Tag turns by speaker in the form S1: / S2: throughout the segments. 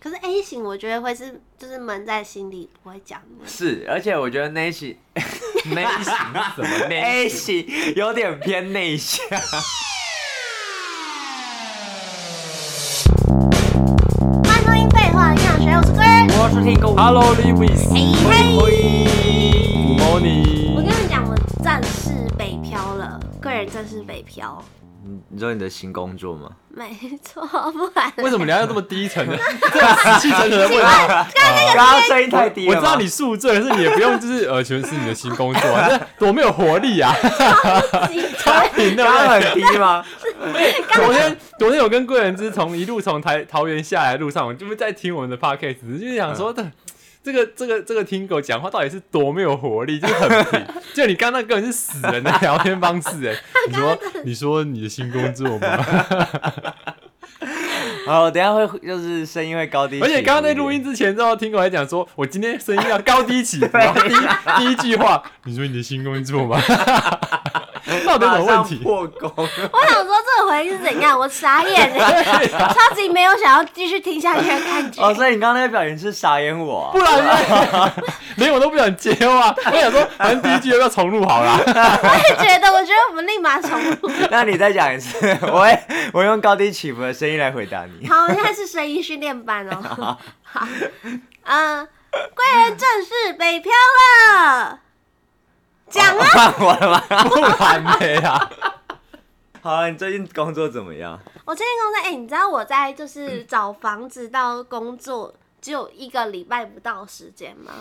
S1: 可是 A 型我觉得会是就是闷在心里不会讲的，
S2: 是，而且我觉得内型
S3: 内型是什么
S2: A
S3: 内型？
S2: 型有点偏内向。
S1: 欢迎收听废话营养学，我是龟儿。
S2: 我是听过
S3: Hello, Lewis。
S1: 嘿哎嘿，
S3: Good
S1: 我跟
S3: morning。
S1: 你讲，我正式北漂了，个人正式北漂，
S2: 你你说你的新工作吗？
S1: 没错，不然
S3: 为什么你要用这么低沉的、这么死气沉沉的问法？
S2: 刚刚声音太低
S3: 我
S2: 了
S3: 知
S2: 吗。
S3: 道你宿醉，可是你也不用就是呃，全是你的新工作、啊，这多没有活力 啊！
S1: 么？
S3: 你那
S2: 刚刚
S3: 么
S2: 很低吗？
S3: 昨天昨天有跟贵人之从一路从台桃园下来的路上，我就是在听我们的 podcast，只是就是想说
S1: 嗯
S3: 的。这个这个这个听狗讲话到底是多没有活力，就是很 平。就你刚刚那根本是死人的聊天方式哎！你说你说你的新工作吗？
S2: 好，等一下会就是声音会高低起伏
S3: 而
S2: 一点。
S3: 且刚刚在录音之前，之后听狗还讲说，我今天声音要高低起伏。然后第一第一句话，你说你的新工作吗？到底有什么问
S2: 马上
S3: 题？
S2: 破功。
S1: 我想说这个回应是怎样，我傻眼 了，超级没有想要继续听下去的感觉。
S2: 哦，所以你刚刚那个表情是傻眼我啊
S3: 不。然呢？ 连我都不想接话。我想说，反正第一句要不要重录好了？
S1: 我也觉得，我觉得我们立马重 录。
S2: 那你再讲一次， 我会我用高低起伏的声音来回答你。
S1: 好，现在是声音训练班哦。好，嗯，贵人正式北漂了，讲啊，
S2: 换 我了吗？
S3: 不完美啊！
S2: 好了，你最近工作怎么样？
S1: 我最近工作，哎、你知道我在就是找房子到工作只有一个礼拜不到的时间吗？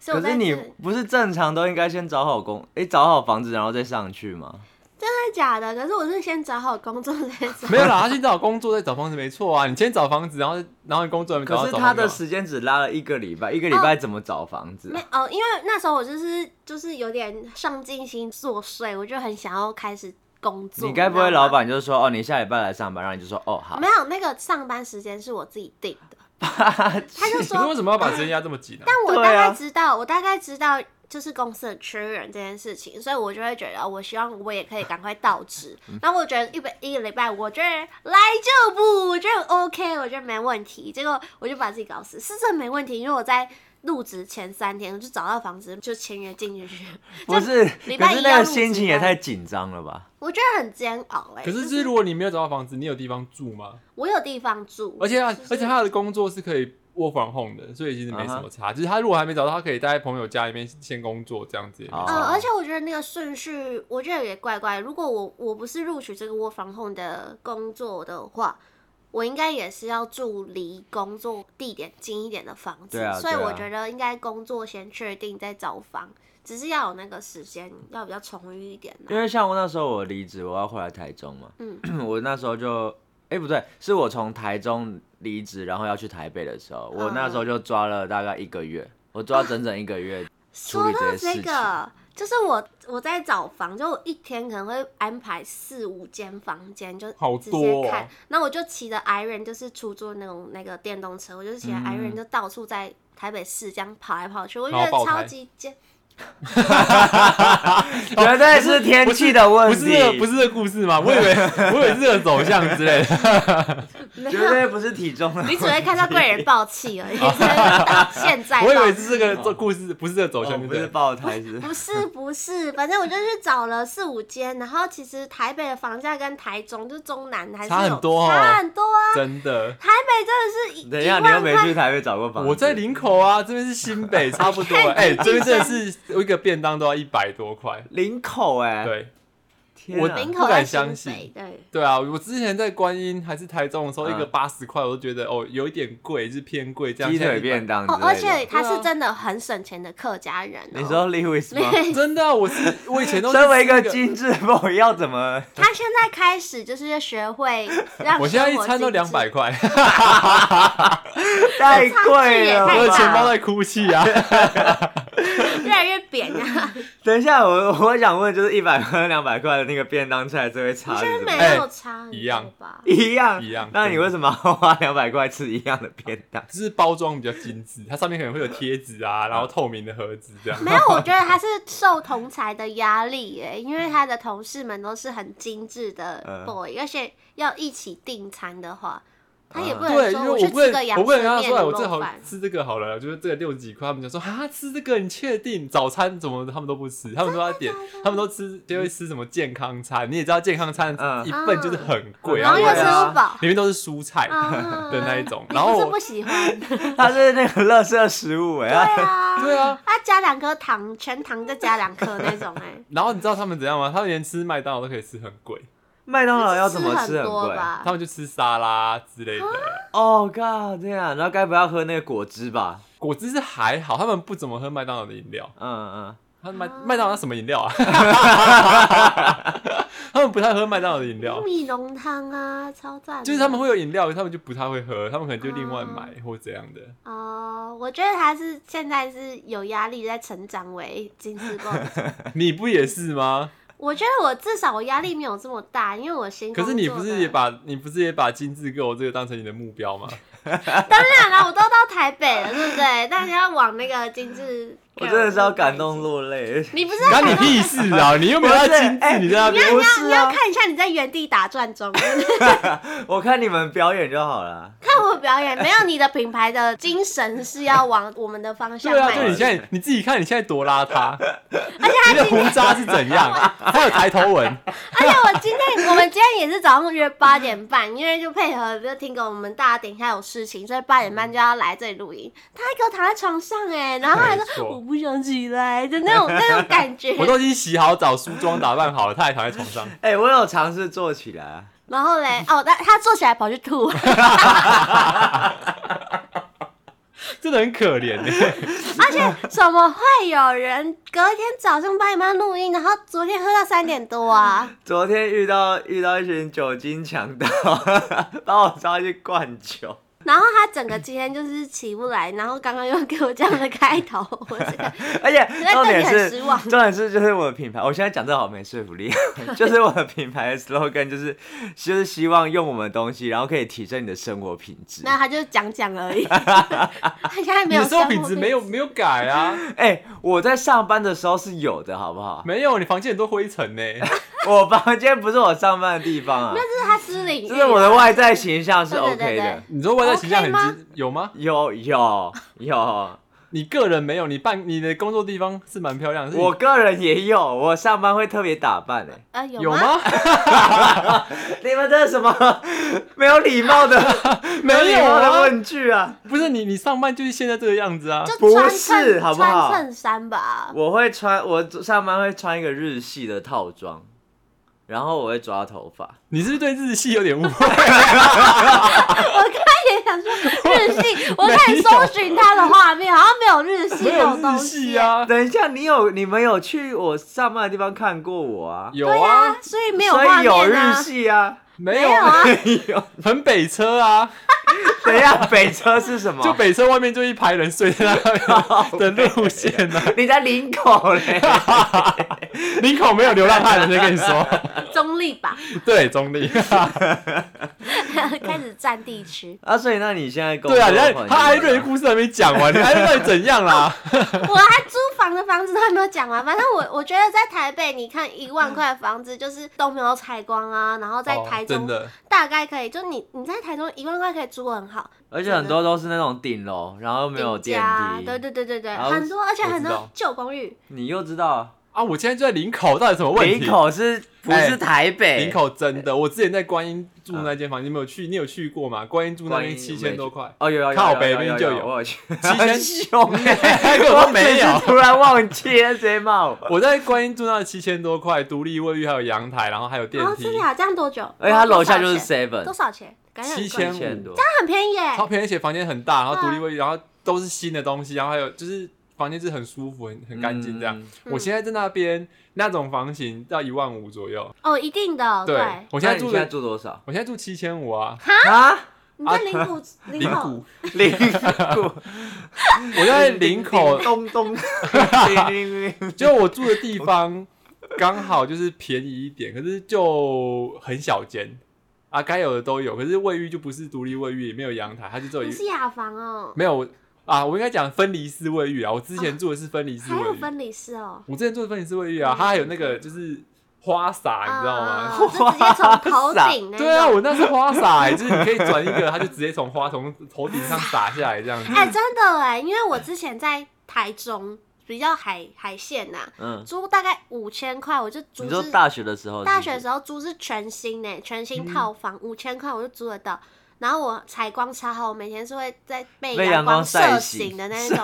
S1: 所以
S2: 可
S1: 我在
S2: 是你
S1: 这
S2: 不是正常都应该先找好工，诶，找好房子然后再上去吗？
S1: 真的假的？可是我是先找好工作再 找。
S3: 没有啦，他先找工作，再找房子，没错啊。你先找房子，然后然后你工作，然
S2: 可
S3: 后
S2: 是
S3: 找
S2: 他
S3: 房
S2: 的
S3: 子嘛。
S2: 时间只拉了一个礼拜，一个礼拜怎么找房子
S1: 没
S2: 啊？
S1: 哦，因为那时候我就是就是有点上进心作祟，我就很想要开始工作。
S2: 你该不会
S1: 知道吗
S2: 老板就说哦，你下礼拜来上班，然后你就说哦好
S1: 没，有那个上班时间是我自己定 的？他就
S3: 可是为
S1: 说，
S3: 什么要把时间压这么紧呢、
S1: 但我大
S2: 对
S1: 概
S2: 啊
S1: 知道，我大概知道就是公司很缺人这件事情，所以我就会觉得，我希望我也可以赶快到职。
S3: 嗯
S1: 然后我觉得一百一个礼拜，我觉得来就不，我觉得 OK，我觉得没问题。结果我就把自己搞死，是真没问题，因为我在。入职前三天我就找到房子就签约进去，
S2: 不是，
S1: 礼
S2: 可
S1: 拜一
S2: 是那
S1: 要啊
S2: 个
S1: 入
S2: 心
S1: 职
S2: 情也
S1: 班
S2: 太紧张了吧？
S1: 我觉得很煎熬哎、
S3: 可是，
S1: 就
S3: 就是如果你没有找到房子，你有地方住吗？
S1: 我有地方住，
S3: 而且他，
S1: 就是
S3: 而且他的工作是可以 work from home 的，所以其
S2: 啊
S3: 实没什么差。就是他如果还没找到，他可以待在朋友家里面先工作这样子也没。
S2: 哦
S1: 嗯，而且我觉得那个顺序，我觉得也怪怪。如果我我不是录取这个 work from home 的工作的话，我应该也是要住离工作地点近一点的房子，
S2: 对啊
S1: 所以
S2: 对啊
S1: 我觉得应该工作先确定再找房，只是要有那个时间要比较充裕一点啦、
S2: 因为像我那时候我离职，我要回来台中嘛，
S1: 嗯
S2: 我那时候就，哎、不对，是我从台中离职，然后要去台北的时
S1: 啊
S2: 候，我那时候就抓了大概一个月，我抓整整一个月。处
S1: 说
S2: 理
S1: 到
S2: 这些
S1: 这
S2: 事
S1: 个，就是我我在找房，就我一天可能会安排四五间房间，就
S3: 好
S1: 直
S3: 多
S1: 接
S3: 哦
S1: 看。那、我就骑着 Iron，就是出租那种那个电动车，我就骑着
S3: 嗯
S1: Iron 就到处在台北市这样跑来跑去，我就觉
S3: 然
S1: 得
S3: 后爆
S1: 超
S3: 胎
S1: 级煎。
S2: 绝对是天气的问
S3: 不
S2: 题，
S3: 是这个，不是这个故事吗？我以为 我以为是这个走向之类的。
S1: 没
S2: 绝
S1: 有，
S2: 对不是体重啊的问
S1: 你
S2: 题。
S1: 只 会看到贵人爆气 而已，真的到现在
S3: 我以为
S1: 爆
S3: 是这个这故事，不是这个走
S2: 哦
S3: 向，对
S2: 不
S3: 对
S2: 是
S3: 了？
S2: 爆胎是
S1: 不是不是，反正我就去找了四五间，然后其实台北的房价跟台中就中南还是
S3: 差很
S1: 有
S3: 多哦
S1: 差很多啊。
S3: 真的。
S1: 台北真的是一
S2: 等一下，
S1: 一
S2: 你又
S1: 万
S2: 没
S1: 块
S2: 去台北找过房子？
S3: 我在林口啊，这边是新 北，差不多。哎、这边真的是一个便当都要一百多块。
S2: 林口哎、
S3: 对
S2: 天
S3: 我
S2: 啊
S1: 林
S3: 不
S1: 口在
S3: 敢
S1: 新
S3: 相信
S1: 北对，
S3: 对啊，我之前在观音还是台中的时候，
S2: 嗯
S3: 一个八十块，我都觉得哦有一点贵，就是偏贵这样。
S2: 鸡
S3: 现在
S2: 腿
S3: 一百
S2: 便当之
S1: 哦
S2: 类，的。
S1: 而且他
S3: 对
S1: 是
S3: 啊
S1: 真的很省钱的客家人、哦。
S2: 你说 Lewis 吗？
S3: 真的啊、我是我以前都 是
S2: 身为一个
S3: 吃那
S2: 精致 boy 要怎么？
S1: 他现在开始就是学 会让
S3: 我现在一
S1: 生活
S3: 餐都
S1: 精
S3: 两
S1: 致
S3: 百，块，
S2: 太贵了
S1: 太
S3: 我
S1: 大
S3: 的钱包
S2: 吧！
S3: 在哭泣啊！
S1: 越来越扁 啊！
S2: 等一下，我我想问，就是一百块、两百块的那个便当菜，这会
S1: 我
S2: 差
S1: 觉得
S2: 是怎么样？
S1: 没有差很
S3: 哎一样
S1: 多吧？
S2: 一样
S3: 一样
S2: 那你为什么要花两百块吃一样的便当？
S3: 就是包装比较精致，它上面可能会有贴纸啊，然后透明的盒子这样。
S1: 没有，我觉得他是受同才的压力耶，因为他的同事们都是很精致的
S2: 嗯
S1: boy，、而且要一起订餐的话，他也不
S3: 啊对，
S1: 能
S3: 因
S1: 说
S3: 为
S1: 去
S3: 我不
S1: 吃
S3: 能
S1: 个，洋
S3: 我
S1: 芋
S3: 不能跟他
S1: 面
S3: 说，哎我
S1: 卤
S3: 正
S1: 肉
S3: 好
S1: 饭，
S3: 吃这个好了，就是这个六十几块，他们就说啊，吃这个你确定？早餐怎么他们都不吃，他们都要点，他们都吃就会吃什么健康餐，你也知道健康餐
S2: 嗯
S3: 一份就是很贵，
S1: 然后又
S2: 对
S1: 吃
S2: 啊
S1: 不饱
S3: 里面都是蔬菜
S1: 啊
S3: 的那一种，
S1: 你
S3: 然后
S1: 不是
S3: 我
S1: 不喜欢，
S2: 它是那个垃圾食物哎、
S1: 对啊，
S3: 对啊，
S1: 啊加两颗糖，全糖再加两颗那种 哎，
S3: 然后你知道他们怎样吗？他们连吃麦当劳都可以吃很贵，
S2: 麦当劳要怎么
S1: 吃
S2: 吃很
S1: 多
S2: 贵
S1: 吧
S3: 他？们就吃沙拉之类的。
S1: 啊
S2: ？Oh god，这样，然后该不要喝那个果汁吧？
S3: 果汁是还好，他们不怎么喝麦当劳的饮料。
S2: 嗯嗯，
S3: 他麦麦当劳什么饮料啊？ 他们不太喝麦当劳的饮料
S1: 玉，米浓汤啊，超赞的！
S3: 就是他们会有饮料，他们就不太会喝，他们可能就另
S1: 啊
S3: 外买或怎样的。
S1: 哦、我觉得他是现在是有压力在成长为金丝 豹。
S3: 你不也是吗？
S1: 我觉得我至少我压力没有这么大，因为我新
S3: 可是
S1: 工
S3: 你
S1: 作
S3: 不
S1: 的
S3: 是也把你不是也把精致购这个当成你的目标吗？
S1: 啊当然了，我都到台北了，对不对？大家要往那个精致，
S2: 我真的是要感动。落泪。
S1: 你不是要
S3: 干
S1: 感
S3: 你
S1: 动
S3: 屁事啊！你又没有在精
S2: 哎
S3: 致，你在那
S1: 你
S3: 边
S1: 要
S2: 不
S1: 你要
S2: 是
S1: 你要
S2: 啊，
S1: 看一下你在原地打转中，
S2: 我看你们表演就好了。
S1: 看我表演，没有你的品牌的精神是要往我们的方向
S3: 对啊，
S1: 迈进。
S3: 就 你现在你自己看你现在多邋遢，你的胡渣是怎 样？还有抬头纹，
S1: 而且我今天，我们今天也是早上约八点半，因为就配合就听狗，我们大家等一下有事情，所以八点半就要来这里录音。他还给我躺在床上哎、然后还
S3: 没错
S1: 说我不想起来的那种那种感 觉。
S3: 我都已经洗好澡、梳妆打扮好了，他还躺在床上。
S2: 哎、我有尝试做起来啊，
S1: 然后嘞，哦，他他坐起来跑去吐，
S3: 真的很可怜欸呢。
S1: 而且 怎么会有人隔天早上八点半录音，然后昨天喝到三点多啊？
S2: 昨天遇到遇到一群酒精强盗， 把我抓去灌酒。
S1: 然后他整个今天就是起不来，然后刚刚又给我这样的开头，我这个
S2: 而且
S1: 你在
S2: 重
S1: 对
S2: 点
S1: 你很
S2: 是，
S1: 失望。
S2: 重点是就是我的品牌，我现在讲这好没说服 力，就是我的品牌的 slogan 就是就是希望用我们的东西，然后可以提升你的生活品质。
S1: 那他就讲讲而 已，他现在没
S3: 你
S1: 有
S3: 的生活
S1: 生
S3: 品质没有没有改啊，
S2: 哎、我在上班的时候是有的，好不好？
S3: 没有，你房间很多灰尘呢。
S2: 我房间不是我上班的地 方啊，
S1: 这是他失领域啊，
S2: 就是我的外在形象是
S1: 对对
S2: OK 的。
S1: 对对
S3: 你说外在形象很
S1: OK
S3: 精有吗？
S2: 有有有，
S3: 你个人没有，你办你的工作地方是蛮漂亮的。是你
S2: 我个人也有，我上班会特别打扮哎、
S1: 呃有
S3: 有
S1: 吗？
S3: 吗？
S2: 你们这是什么 没有礼貌 的没有礼
S3: 有
S2: 貌
S3: 啊
S2: 的问句啊？
S3: 不是你，你上班就是现在这个样子啊。
S1: 就
S2: 不
S1: 穿
S2: 是
S1: 衬
S2: 好不好
S1: 穿衬衫吧，
S2: 我会穿，我上班会穿一个日系的套装，然后我会抓头发。
S3: 你是不是对日系有点误 会？
S1: 他也想说日系，我
S3: 没有
S1: 开始搜寻他的画面，好像没有日系
S3: 没
S1: 这
S3: 有
S1: 种东
S3: 日
S1: 西
S3: 系。啊，
S2: 等一下，你有你们有去我上班的地方看过我啊？
S3: 有
S1: 对
S3: 啊
S1: 啊，，所以没有
S2: 所
S1: 画
S2: 以有
S1: 面
S2: 日
S1: 啊，
S2: 系啊。
S3: 没
S1: 没
S3: 有
S1: 有 啊，
S2: 有，
S3: 很北车啊，
S2: 等一下，北车是什么？
S3: 就北车外面就一排人睡在那边的路线呢、啊。
S2: 你在领口嘞？
S3: 林口没有流浪汉的，先跟你说，
S1: 中立吧，
S3: 对中立。
S1: 开始占地区。
S2: 啊，所以那你现在工作
S3: 对啊，你
S2: 的
S3: 看
S2: 环
S3: 他艾
S2: 境
S3: 瑞的故事还没讲完，你艾瑞到底怎样啊啦？
S1: 我还租房的房子都还没有讲完，反正 我我觉得在台北，你看一万块的房子就是都没有采光啊，然后在台
S3: 哦真
S1: 中
S3: 的，
S1: 大概可以，就你你在台中一万块可以租得很好，
S2: 而且很多都是那种顶楼，然后没有
S1: 顶
S2: 电
S1: 家
S2: 梯。
S1: 对对对对对，
S2: 然后
S1: 很多，而且
S3: 我
S1: 很
S3: 知
S1: 多
S3: 道
S1: 旧公寓，
S2: 你又知道，
S3: 啊，我今天就在林口，到底什么问题？
S2: 林口哎是不
S3: 哎
S2: 是台北？
S3: 林口真的，我之前在观音住那间房，你没有去？你有去过吗？观音住那
S2: 啊观
S3: 边
S2: 音
S3: 七千 多块，
S2: 哦，有有有
S3: 靠
S2: 有
S3: 北
S2: 有
S3: 边
S2: 有
S3: 就
S2: 有
S3: 有
S2: 我有去，
S3: 七
S2: 很
S3: 千
S2: 凶哎，
S3: 哎我都没有
S2: 只是突然忘记了谁骂我。
S3: 我在观音住那七千多块，独立卫浴还有阳台，然后还有电
S1: 然后
S3: 梯哎
S1: 真，的啊，这样多久？
S2: 而且他楼下就
S1: 多
S2: 是
S1: 少钱
S2: Seven，
S1: 多少钱？感觉
S3: 七
S1: 很贵
S3: 千
S2: 千
S3: 五，
S2: 多，
S1: 那很便宜耶
S3: 超。便宜，而且房间很大，然后
S1: 啊对啊
S3: 独立卫浴，然后都是新的东西，然后还有就是房间是很舒服、很很干净这样。
S2: 嗯。
S3: 我现在在那边那种房型要一万五左右，
S1: 哦，一定的，对。
S3: 对我
S2: 我
S3: 现
S2: 现
S3: 在
S2: 在
S3: 住
S2: 住现在
S3: 的，
S2: 住多少
S3: 我现在住七千五啊，
S2: 啊？
S1: 你在灵 谷，
S3: 林
S1: 灵
S3: 谷
S1: 谷，，
S2: 林口，
S3: 我在林口，
S2: 咚咚，叮叮叮
S3: 就我住的地方刚好就是便宜一点，可是就很小间啊，该有的都有，可是卫浴就不是独立卫浴，也没有阳台，它就只有一
S1: 你是雅房哦，
S3: 没有啊，我应该讲分离式 卫浴啊，我之前住的是分离式
S1: 还
S3: 卫
S1: 有
S3: 浴，
S1: 分离式哦。
S3: 我之前住的分离式卫浴啊，它还有那个就是花洒，你知道
S1: 啊
S3: 吗？
S1: 就直接 从头顶那种。
S3: 对啊，我那是花洒、欸，就是你可以转一个，它就直接从花从头顶上洒下来这样子。
S2: 嗯
S1: 哎、真的哎、因为我之前在台中比较海海线呐、
S2: 嗯，
S1: 租大概五千块，我就租
S2: 你说
S1: 是
S2: 大嗯学的时候是不是，
S1: 大学的时候租是全新呢、全新套房五千块我就租得到。然后我采光超好，我每天是会在被
S2: 被
S1: 阳
S2: 阳光
S1: 射
S2: 晒
S1: 醒
S2: 醒
S1: 的那一种。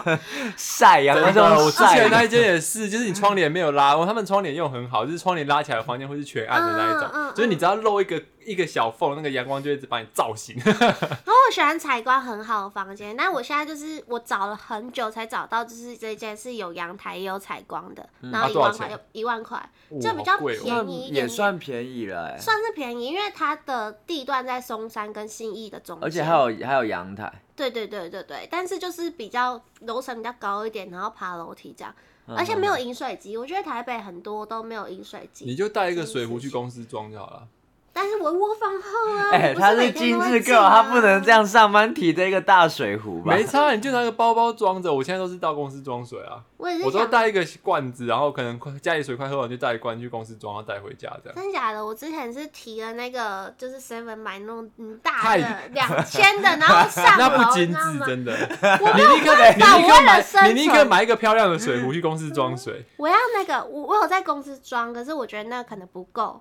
S2: 晒阳
S3: 真
S2: 光
S3: 的，
S2: 中
S3: 我之前那
S2: 晒，
S3: 一间也是，就是你窗帘没有拉，他们窗帘用很好，就是窗帘拉起来的房间会是全暗的那一种，
S1: 嗯嗯嗯
S3: 就是你只要漏一个一个小缝，那个阳光就一直把你照醒。
S1: 然后我喜欢采光很好的房间，那我现在就是我找了很久才找到，就是这间是有阳台也有采光的，
S2: 嗯
S1: 然后
S3: 啊
S1: 一
S3: 多少
S1: 万块
S3: 钱
S1: 就一万块， 这
S3: 哇
S1: 比较
S3: 好贵哦
S1: 便宜
S2: 那
S1: 一点
S2: 也算便宜了、哎，
S1: 算是便宜，因为它的地段在松山跟信义的中间，
S2: 而且还有还有阳台，
S1: 对对对对对，但是就是比较楼层比较高一点，然后爬楼梯这样，
S2: 嗯
S1: 而且没有饮水机，我觉得台北很多都没有饮水
S3: 你
S1: 机，
S3: 就带一个水壶去公司装就好了。
S1: 但是我窝房后啊，
S2: 哎、
S1: 我不
S2: 他
S1: 每
S2: 是
S1: 天
S2: 精
S1: 都会
S2: 致
S1: 进啊
S2: girl，他不能这。样上班提着一个大水壶吧？
S3: 没差，你就拿个包包装着。我现在都是到公司装水啊，
S1: 我也
S3: 我
S1: 是
S3: 都
S1: 想，
S3: 带一个罐子，然后可能快家里水快喝完就带一罐去公司装，然后带回家这样。
S1: 真假的，我之前是提了那个就是 seven 买那种嗯大
S3: 太
S1: 的两千的，然后上
S3: 那
S1: 楼，
S3: 不
S1: 你
S3: 精
S1: 知道吗
S3: 致，？真的。
S1: 我
S3: 你立刻，你 立
S1: 我为
S3: 刻
S1: 了
S3: 买
S1: 生，
S3: 你立刻
S1: 存
S3: 买一个漂亮的水壶去公司装水。
S1: 我要那个，我我有在公司装，可是我觉得那可能不够，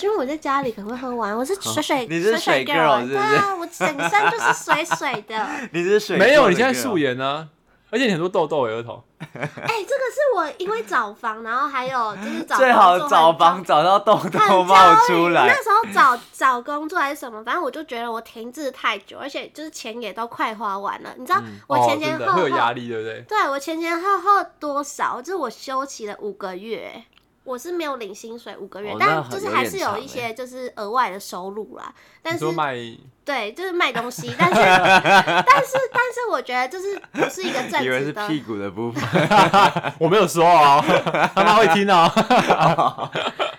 S1: 因为我在家里可能会喝完。我是水水，
S2: 哦你是
S1: 水
S2: 水
S1: girl，
S2: girl，
S1: 对啊，我整身就是水水 的。哎、
S2: 你是水
S3: 没
S2: 做
S3: 有，
S2: 的
S3: 你现在
S2: girl
S3: 素颜啊，而且你很多痘痘哎，额头。
S1: 这个是我因为找房，然后还有就是找
S2: 最好找
S1: 房
S2: 房找到痘
S1: 很焦
S2: 痘
S1: 虑
S2: 冒出来
S1: 那，时候找找工作还是什么，反正我就觉得我停滞太久，而且就是钱也都快花完了。你知道、
S2: 嗯
S1: 我
S3: 哦
S1: 前前
S3: 真的
S1: 后后，
S3: 会有压力，对不对？
S1: 对我前前后后多少？就是我休息了五个月，我是没有领薪水五个月，
S2: 哦那
S1: 但
S2: 很
S1: 就是
S2: 有
S1: 还
S2: 点
S1: 是有
S2: 长
S1: 一
S2: 欸
S1: 些就是额外的收入啦。但
S3: 你
S1: 是
S3: 说卖
S1: 对，就是卖东西，但是但是但是我觉得就是不是一个正
S2: 以为是
S1: 职的。
S2: 屁股的部分，
S3: 我没有说哦， 他妈会听哦。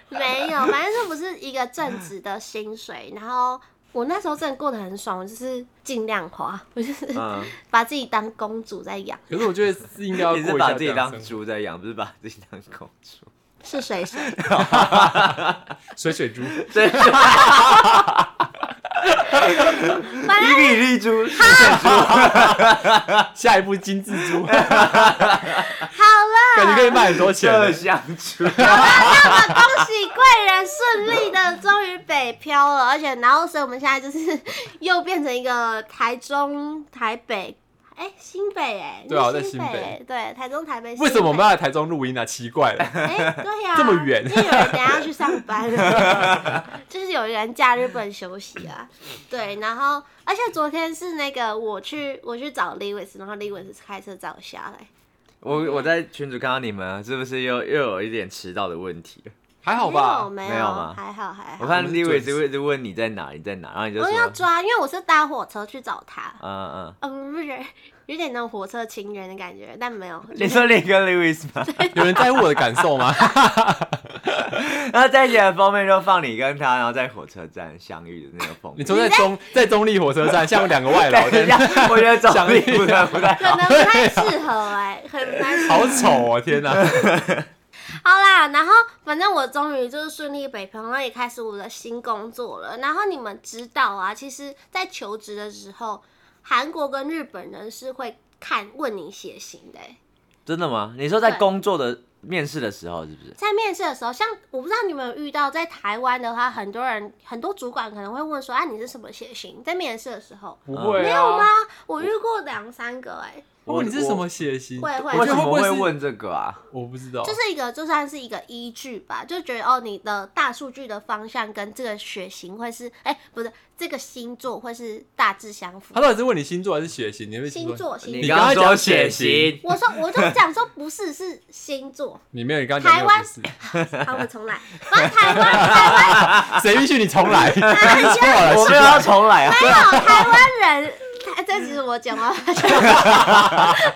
S1: 没有，反正这不是一个正职的薪水。然后我那时候真的过得很爽，我就是尽量花，我就是
S2: 嗯，
S1: 把自己当公主在养，
S3: 可是我觉得是应该 要
S2: 你是
S3: 过一
S2: 把
S3: 下
S2: 自
S3: 这
S2: 己
S3: 样的
S2: 当
S3: 生活，
S2: 猪在养，不是把自己当公主。
S1: 是谁谁？
S3: 水水猪。
S2: 对，
S1: 反
S2: 伊
S1: 正
S2: 比利猪，
S3: 下一步金蜘蛛，
S1: 好了，
S3: 感觉可以卖很多钱。
S2: 麝香猪，
S1: 那么恭喜贵人顺利的终于北漂了，而且然后所以我们现在就是又变成一个台中、台北，哎、新北哎、
S3: 对啊
S1: 你是
S3: 在
S1: 新
S3: 新北
S1: 哎对，台中、台北。
S3: 为什么
S1: 新北
S3: 我们要来台中录音呢？奇怪了，
S1: 哎、 对呀、
S3: 这么远
S1: 因为有人等一下要去上班，就是有人假日不能休息啊。对，然后而且昨天是那个我去我去找 Lewis，然后 Lewis 开车载我下来，
S2: 我我在群主看到你们啊是不是又又有一点迟到的问题了？
S3: 还好吧？
S1: 没有
S2: 没有吗
S1: 还好还
S2: 我
S1: 好。
S2: 看
S3: 我们
S2: Lewis
S3: 准时
S2: 会一直问你在哪，你在哪，然后你就
S1: 我要
S2: 说，
S1: 抓，因为我是搭火车去找他，
S2: 嗯嗯，
S1: 嗯，不觉得有点那种火车情缘的感觉，但没有。
S2: 你说你跟 Lewis 吗？
S3: 有人在乎我的感受吗？
S2: 然后在一起的封面就放你跟他，然后在火车站相遇的那个封
S3: 你
S2: 面。
S3: 从在中在中立火车站，像两个外 劳
S2: 等
S3: 在
S2: 一下，我觉得找
S3: 想
S2: 力
S3: 一
S2: 不太不太
S1: 可能
S2: 好。
S1: 不太适合哎、很 难适合。
S3: 啊好丑哦！天哪，
S1: 好啦，然后反正我终于就是顺利北漂，然后也开始我的新工作了。然后你们知道啊，其实，在求职的时候，韩国跟日本人是会看问你写信的欸、
S2: 真的吗？你说在
S1: 对
S2: 工作的面试的时候是不是？
S1: 在面试的时候，像我不知道你们有遇到，在台湾的话，很多人很多主管可能会问说，啊，你是什么血型？在面试的时候，
S3: 不会啊
S1: 没有吗？？我遇过两三个、欸，
S3: 哦，你是什么血型？
S1: 会会
S2: 我？为
S3: 我觉
S2: 什
S3: 得会
S2: 么
S3: 不
S2: 会
S3: 是？
S2: 问这个啊？
S3: 我不知道，
S1: 就是一个就算是一个依据吧，就觉得哦，你的大数据的方向跟这个血型会是，哎、不是这个星座会是大致相符
S3: 他。到底是问你星座还是血型？你会
S1: 星座，星
S2: 你
S1: 座，
S2: 刚刚
S3: 你刚
S2: 说
S3: 刚讲
S2: 血
S3: 血
S2: 型
S3: 型，
S1: 我说我就讲说不是是星座，
S3: 你没有，你刚刚讲没有不是，
S1: 好，我 重来，反正台湾台湾
S3: 谁允许你重来？
S1: 台湾
S3: 错了，
S2: 我
S3: 奇
S2: 没
S3: 怪
S2: 有要重来 啊！
S1: 没有台湾人，台这其实我讲 完，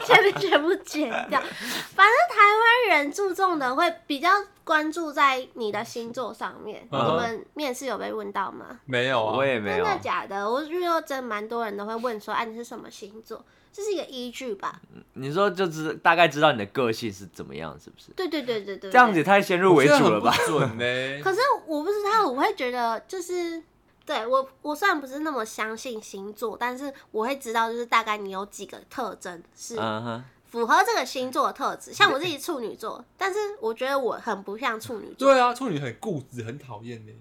S1: 全部全部剪掉。反正台湾人注重的会比较关注在你的星座上面。
S3: 嗯哼
S1: 你们面试有被问到吗？
S3: 没有啊，
S2: 我也没
S1: 真
S2: 有。
S1: 啊的假的？我遇到真蛮多人都会问说，哎、你是什么星座？这是一个依据吧？
S2: 你说就知大概知道你的个性是怎么样，是不是？
S1: 对对对对对，
S2: 这样子也太先入为主了吧？？
S3: 准呢、
S1: 对。 可是我不知道，我会觉得就是。对我，我虽然不是那么相信星座，但是我会知道，就是大概你有几个特征是
S2: 嗯哼，
S1: 符合这个星座的特质。像我自己处女座，但是我觉得我很不像处女座。
S3: 对啊，处女很固执，很讨 厌呢。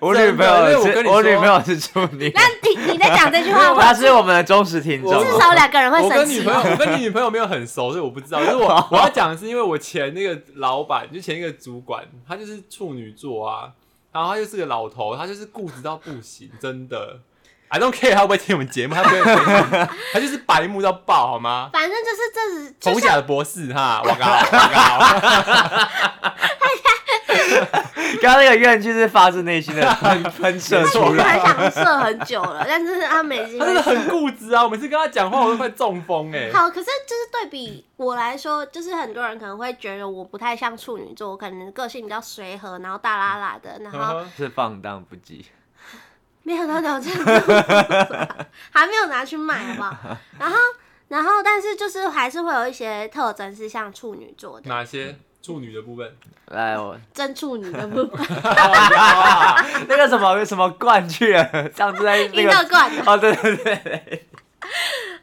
S2: 我
S3: 真的
S2: 女朋友
S3: 因为我
S2: 是
S3: 跟你
S2: 我
S3: 说
S2: 女朋友是处女，
S1: 那你你在讲这句话
S2: 她
S1: 吗？
S2: 是我们的忠实听众
S3: 我。
S1: 至少两个人会
S3: 我
S1: 生
S3: 跟女
S1: 气
S3: 朋友，
S1: 吧。
S3: 我跟你女朋友没有很熟，所以我不知道。就是 我我要讲的是，因为我前那个老板，就前一个主管，他就是处女座啊，然后他就是个老头，他就是固执到不行，真 的。I don't care 他会不会听我们节目，他不会听，他就是白目到爆，好吗？
S1: 反正就是这是就
S3: 冯
S1: 像
S3: 甲的博士哈，我 靠，我靠，
S2: 刚刚那个怨气是发自内心 的喷喷射
S1: 我
S2: 出
S1: 们很
S2: 来。
S1: 想射很久了，但是他没机
S3: 他真的
S1: 会。
S3: 很固执啊！我每次跟他讲话，我都快中风哎、
S1: 好，可是就是对比我来说，就是很多人可能会觉得我不太像处女座，我可能个性比较随和，然后大拉拉的，
S3: 嗯
S1: 然后
S2: 是放荡不羁，
S1: 没有到到这样，还没有拿去卖，好不好？然后，然后，但是就是还是会有一些特征是像处女座的，
S3: 哪些处女的部 分？哦
S2: 来我
S1: 真处女的部分，
S2: 那个什么什么冠去了，上次在那
S1: 阴
S2: 个
S1: 道冠的。
S2: 哦，对对对，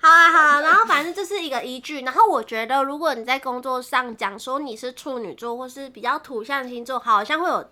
S1: 好啊，好啊，然后反正这是一个依据。然后我觉得，如果你在工作上讲说你是处女座或是比较土象星座，好像会有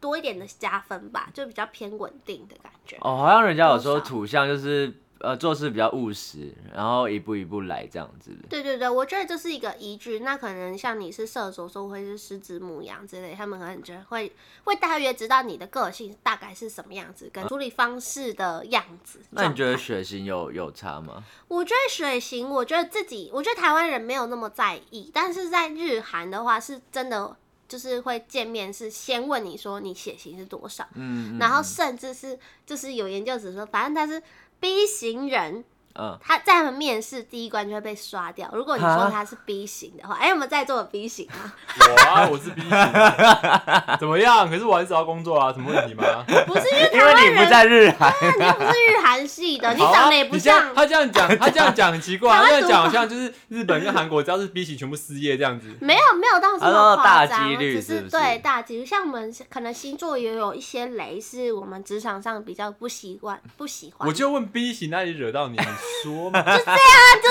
S1: 多一点的加分吧，就比较偏稳定的感觉。
S2: 哦，好像人家有
S1: 多
S2: 说
S1: 少
S2: 土象就是呃做事比较务实，然后一步一步来这样子。
S1: 对对对，我觉得这是一个依据。那可能像你是射手座，或是狮子、母羊之类，他们可能就会会大约知道你的个性大概是什么样子，跟处理方式的样子。
S2: 那你觉
S1: 状
S2: 得
S1: 态？
S2: 血型有有差吗？
S1: 我觉得水型，我觉得自己，我觉得台湾人没有那么在意，但是在日韩的话，是真的就是会见面是先问你说你血型是多少，
S2: 嗯，嗯
S1: 然后甚至是就是有研究者说，反正他是 B 型人，
S2: 嗯，
S1: 他在他们面试第一关就会被刷掉。如果你说
S2: 啊
S1: 他是 B 型的话，哎、我们在座有 B 型 吗？
S3: 我啊，我是 B 型的，怎么样？可是我还是要工作啊，什么问题吗？
S1: 不是因为
S2: 因
S1: 台
S2: 为
S1: 湾
S2: 你
S1: 人，
S2: 不在日韩，
S1: 你又不是日韩系的，你
S3: 好啊
S1: 长得也不
S3: 你这样
S1: 像。
S3: 他这样讲，他这样讲很奇怪啊，
S1: 台
S3: 他
S1: 湾
S3: 这样讲好
S1: 独霸
S3: 像就是日本跟韩国，只要是 B 型全部失业这样子。
S1: 没有没有到这
S2: 他
S1: 么
S2: 说
S1: 夸
S2: 大
S1: 张，
S2: 几率
S1: 只
S2: 是不是
S1: 对大几率。像我们可能星座也有一些雷，是我们职场上比较不习惯、不喜欢。
S3: 我就问 B 型哪里惹到你，你说嘛？
S1: 那 就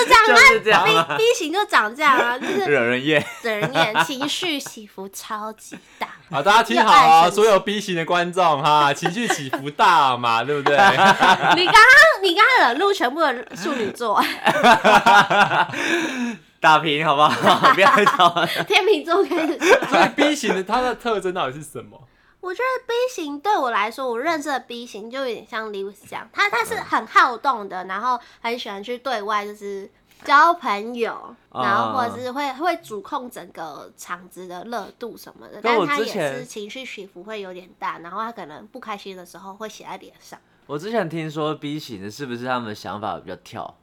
S1: 这样，
S2: 就是这样啊
S1: 那 B B 型就长这样啊，就是
S2: 惹人厌。
S1: 整人眼情绪起伏超级大。
S3: 好，大家听好
S1: 又爱
S3: 啊，
S1: 生气
S3: 所有 B 型的观众哈，情绪起伏大嘛，对不 对？
S1: 你刚刚你刚刚惹怒全部的处女 座，
S2: 打平好不好？ 不要再吵了。
S1: 天秤座开始出来
S3: 所以 B 型的它的特征到底是什么？
S1: 我觉得 B 型对我来说，我认识的 B 型就有点像 Lewis 这样，他他是
S2: 嗯
S1: 很好动的，然后很喜欢去对外就是交朋友，
S2: 啊
S1: 然后或者是会会主控整个场子的热度什么的，
S2: 那
S1: 但
S2: 我
S1: 他
S2: 之
S1: 也
S2: 前
S1: 是情绪起伏会有点大，然后他可能不开心的时候会写在脸上。
S2: 我之前听说 B 型的是不是他们想法比较跳